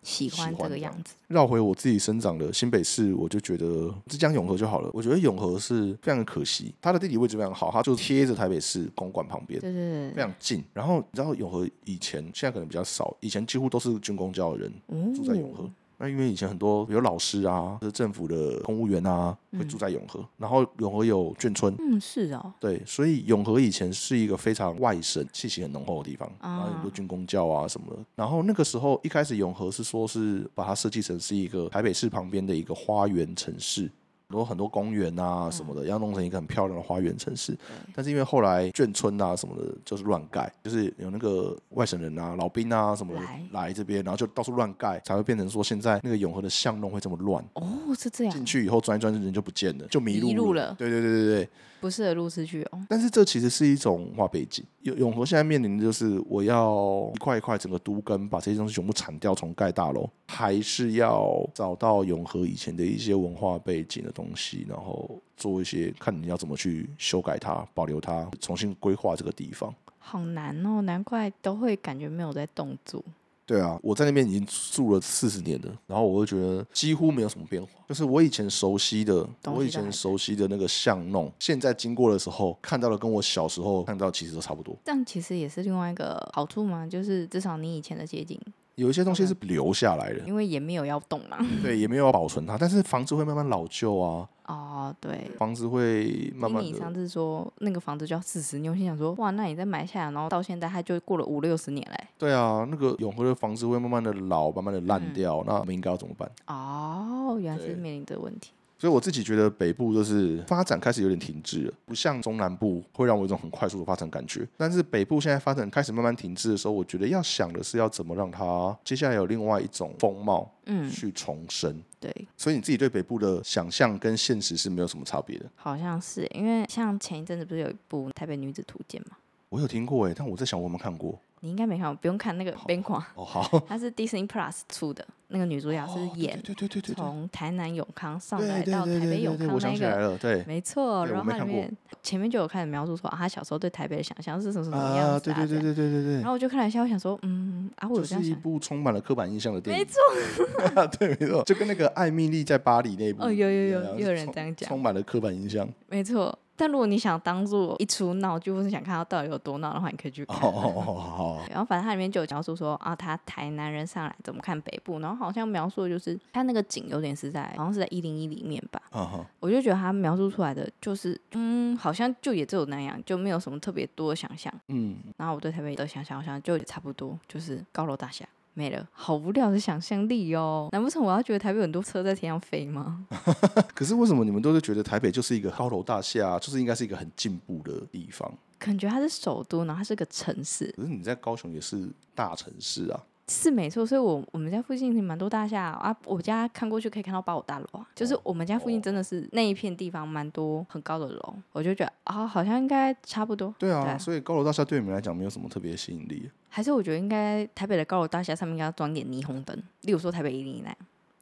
Speaker 2: 喜欢这
Speaker 1: 欢
Speaker 2: 个
Speaker 1: 这样
Speaker 2: 样子，
Speaker 1: 绕回我自己生长的新北市，我就觉得只讲永和就好了。我觉得永和是非常的可惜，它的地理位置非常好，它就贴着台北市公馆旁边，
Speaker 2: 对对
Speaker 1: 非
Speaker 2: 对，
Speaker 1: 常近。然后你知道永和以前现在可能比较少，以前几乎都是军公教的人住在永和
Speaker 2: 哦，。
Speaker 1: 那因为以前很多有老师啊，或者政府的公务员啊，会住在永和。然后永和有眷村，
Speaker 2: 嗯，是哦，
Speaker 1: 对，所以永和以前是一个非常外省气息很浓厚的地方，然后有很多
Speaker 2: 啊
Speaker 1: 军工教啊什么的。然后那个时候一开始永和是说是把它设计成是一个台北市旁边的一个花园城市。很多很多公园
Speaker 2: 嗯
Speaker 1: 啊什么的，要弄成一个很漂亮的花园城市。但是因为后来眷村啊什么的，就是乱盖，就是有那个外省人啊、老兵啊什么的
Speaker 2: 来
Speaker 1: 来这边，然后就到处乱盖，才会变成说现在那个永和的巷弄会这么乱。
Speaker 2: 哦，是这
Speaker 1: 进
Speaker 2: 样，
Speaker 1: 去以后转一转人就不见了，就迷
Speaker 2: 迷
Speaker 1: 路
Speaker 2: 路
Speaker 1: 了
Speaker 2: 了
Speaker 1: 对对对对对。
Speaker 2: 不适合入市区哦。
Speaker 1: 但是这其实是一种文化背景。永永和现在面临的就是，我要一块一块整个都根把这些东西全部铲掉，重盖大楼，还是要找到永和以前的一些文化背景的东西，然后做一些看你要怎么去修改它、保留它、重新规划这个地方。
Speaker 2: 好难哦，难怪都会感觉没有在动作。
Speaker 1: 对啊，我在那边已经住了四十年了，然后我就觉得几乎没有什么变化，就是我以前熟悉的，
Speaker 2: 东西
Speaker 1: 我以
Speaker 2: 都还
Speaker 1: 前
Speaker 2: 在
Speaker 1: 熟悉的那个巷弄，现在经过的时候看到的跟我小时候看到其实都差不多。
Speaker 2: 但其实也是另外一个好处嘛，就是至少你以前的街景，
Speaker 1: 有一些东西是留下来的，
Speaker 2: 因为也没有要动嘛。
Speaker 1: 对，也没有要保存它，但是房子会慢慢老旧啊，
Speaker 2: 哦，对。
Speaker 1: 房子会慢
Speaker 2: 听
Speaker 1: 慢
Speaker 2: 你上
Speaker 1: 的。
Speaker 2: 次说那个房子就要四十，你我心想说，哇，那你再买下来，然后到现在它就过了五六十年嘞、
Speaker 1: 对啊，那个永和的房子
Speaker 2: 嗯
Speaker 1: 会慢慢的老，慢慢的烂掉，那我们应该要怎么办？
Speaker 2: 哦，原来是
Speaker 1: 对
Speaker 2: 面临这个问题。
Speaker 1: 所以我自己觉得北部就是发展开始有点停滞了，不像中南部会让我有一种很快速的发展感觉。但是北部现在发展开始慢慢停滞的时候，我觉得要想的是要怎么让它接下来有另外一种风貌
Speaker 2: 嗯，
Speaker 1: 去重生。
Speaker 2: 对，
Speaker 1: 所以你自己对北部的想象跟现实是没有什么差别的。
Speaker 2: 好像是因为像前一阵子不是有一部《台北女子图鉴》嘛，
Speaker 1: 我有听过哎、但我在想我有没有看过
Speaker 2: 你应该没看过，不用看那个边框，
Speaker 1: 哦，好，
Speaker 2: 它是 Disney Plus 出的，那个女主角是
Speaker 1: 哦
Speaker 2: 演
Speaker 1: 对对对对对对，
Speaker 2: 从台南永康上
Speaker 1: 对
Speaker 2: 来
Speaker 1: 对
Speaker 2: 到
Speaker 1: 对
Speaker 2: 台
Speaker 1: 对
Speaker 2: 北
Speaker 1: 对
Speaker 2: 永
Speaker 1: 对，
Speaker 2: 康
Speaker 1: 我想
Speaker 2: 那
Speaker 1: 起来
Speaker 2: 个。
Speaker 1: 了，对
Speaker 2: 没错，
Speaker 1: 对
Speaker 2: 然
Speaker 1: 我
Speaker 2: 后
Speaker 1: 没
Speaker 2: 它里
Speaker 1: 看过
Speaker 2: 面前面就有开始描述说啊，他小时候对台北的想象是什么什么样
Speaker 1: 啊，
Speaker 2: 子
Speaker 1: 对对
Speaker 2: 啊，
Speaker 1: 对
Speaker 2: 这样
Speaker 1: 对对对
Speaker 2: 然
Speaker 1: 对。
Speaker 2: 后我就看了一下，我想说，嗯啊，我有
Speaker 1: [LAUGHS] 就
Speaker 2: 这
Speaker 1: 是
Speaker 2: 样
Speaker 1: 一
Speaker 2: 想，
Speaker 1: 部充满了刻板印象的电
Speaker 2: 没
Speaker 1: 影，
Speaker 2: 错，
Speaker 1: [LAUGHS] 对，没错，就跟那个艾米丽在巴黎那部，
Speaker 2: 哦有有有
Speaker 1: 然后
Speaker 2: 有
Speaker 1: 是
Speaker 2: 人
Speaker 1: 充
Speaker 2: 这样讲
Speaker 1: 充满了刻板印象。
Speaker 2: 没错。但如果你想当做一出闹剧，或是想看它到底有多闹的话，你可以去
Speaker 1: 哦
Speaker 2: 看。啊
Speaker 1: 哦哦哦，
Speaker 2: 然后反正它里面就有描述说啊，他台南人上来怎么看北部，然后好像描述的就是他那个景有点是在好像是在一零一里面吧，
Speaker 1: 哦哦
Speaker 2: 我就觉得他描述出来的就是嗯，好像就也只有那样，就没有什么特别多的想象。
Speaker 1: 嗯，
Speaker 2: 然后我对台北的想象好像就也差不多，就是高楼大厦。没了，好无聊的想象力哦！难不成我要觉得台北有很多车在天上飞吗？ [LAUGHS]
Speaker 1: 可是为什么你们都是觉得台北就是一个高楼大厦，啊就是应该是一个很进步的地方？
Speaker 2: 感觉它是首都，然后它是个城市，
Speaker 1: 可是你在高雄也是大城市啊，
Speaker 2: 是没错。所以我我们家附近蛮多大厦啊，我家看过去可以看到八五大楼啊，就是我们家附近真的是那一片地方蛮多很高的楼，我就觉得啊，好像应该差不多。
Speaker 1: 对
Speaker 2: 对
Speaker 1: 啊，
Speaker 2: 啊
Speaker 1: 所以高楼大厦对你们来讲没有什么特别吸引力。
Speaker 2: 还是我觉得应该台北的高楼大厦上面应该要装点霓虹灯，例如说台北一零一那样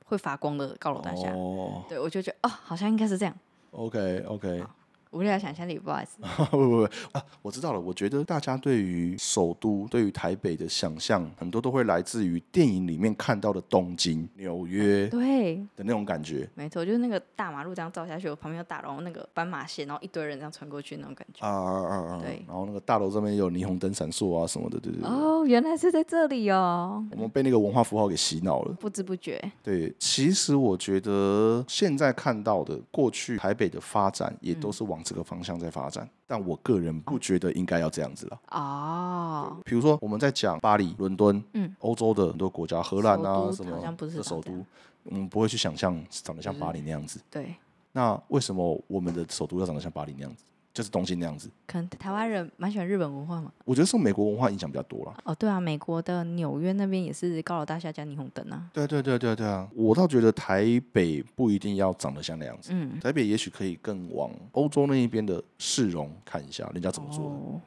Speaker 2: 会发光的高楼大厦。
Speaker 1: 哦
Speaker 2: 对，我就觉得哦，好像应该是这样。
Speaker 1: ，OK OK，
Speaker 2: 无聊想象力，不好意思。
Speaker 1: [LAUGHS] 不不不啊，我知道了。我觉得大家对于首都、对于台北的想象，很多都会来自于电影里面看到的东京、纽
Speaker 2: 嗯
Speaker 1: 约
Speaker 2: 对，
Speaker 1: 的那种感觉
Speaker 2: 没错，就是那个大马路这样照下去，我旁边有大楼，那个斑马线，然后一堆人这样穿过去那种感觉。
Speaker 1: 啊啊啊啊！
Speaker 2: 对
Speaker 1: 然后那个大楼上面有霓虹灯闪烁啊什么的，对对对。
Speaker 2: 哦，原来是在这里哦，
Speaker 1: 我们被那个文化符号给洗脑了。
Speaker 2: 不知不觉，
Speaker 1: 对，其实我觉得现在看到的过去台北的发展，也都是往这个方向在发展。但我个人不觉得应该要这样子了。
Speaker 2: 哦，
Speaker 1: 比如说我们在讲巴黎、伦敦，
Speaker 2: 嗯，
Speaker 1: 欧洲的很多国家，荷兰
Speaker 2: 首
Speaker 1: 啊
Speaker 2: 都
Speaker 1: 什么，
Speaker 2: 好像不是
Speaker 1: 的
Speaker 2: 长
Speaker 1: 首
Speaker 2: 这
Speaker 1: 都
Speaker 2: 样，
Speaker 1: 我们不会去想象长得像巴黎那样子。
Speaker 2: 对，
Speaker 1: 那为什么我们的首都要长得像巴黎那样子？就是东京那样子？
Speaker 2: 可能台湾人蛮喜欢日本文化嘛。
Speaker 1: 我觉得受美国文化影响比较多啦。
Speaker 2: 哦，对啊，美国的纽约那边也是高楼大厦加霓虹灯啊。
Speaker 1: 对对对对对啊！我倒觉得台北不一定要长得像那样子，
Speaker 2: 嗯，
Speaker 1: 台北也许可以更往欧洲那一边的市容看一下，人家怎么做的。
Speaker 2: 哦，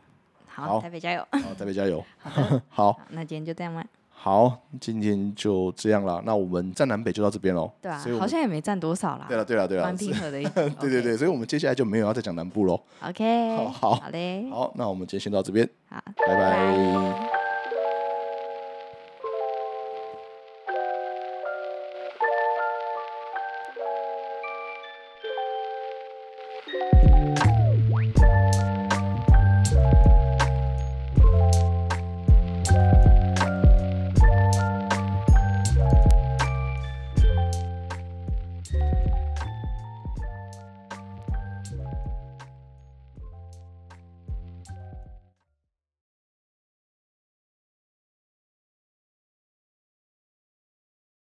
Speaker 2: 好，
Speaker 1: 好
Speaker 2: 台北加油。
Speaker 1: 好，台北加油！
Speaker 2: 好的，
Speaker 1: 好
Speaker 2: 好那今天就这样吧。
Speaker 1: 好，今天就这样啦。那我们站南北就到这边喽。
Speaker 2: 对啊
Speaker 1: 所以，我
Speaker 2: 好
Speaker 1: 们
Speaker 2: 像也没占多少啦，
Speaker 1: 对了对了对了，
Speaker 2: 蛮
Speaker 1: 是
Speaker 2: 平和
Speaker 1: [LAUGHS]
Speaker 2: 的一集。对
Speaker 1: 对对对，所以我们接下来就没有要再讲南部喽。
Speaker 2: ，OK，
Speaker 1: 好好
Speaker 2: 好嘞，
Speaker 1: 好，那我们今天先到这边，
Speaker 2: 好，
Speaker 1: 拜拜
Speaker 2: 拜。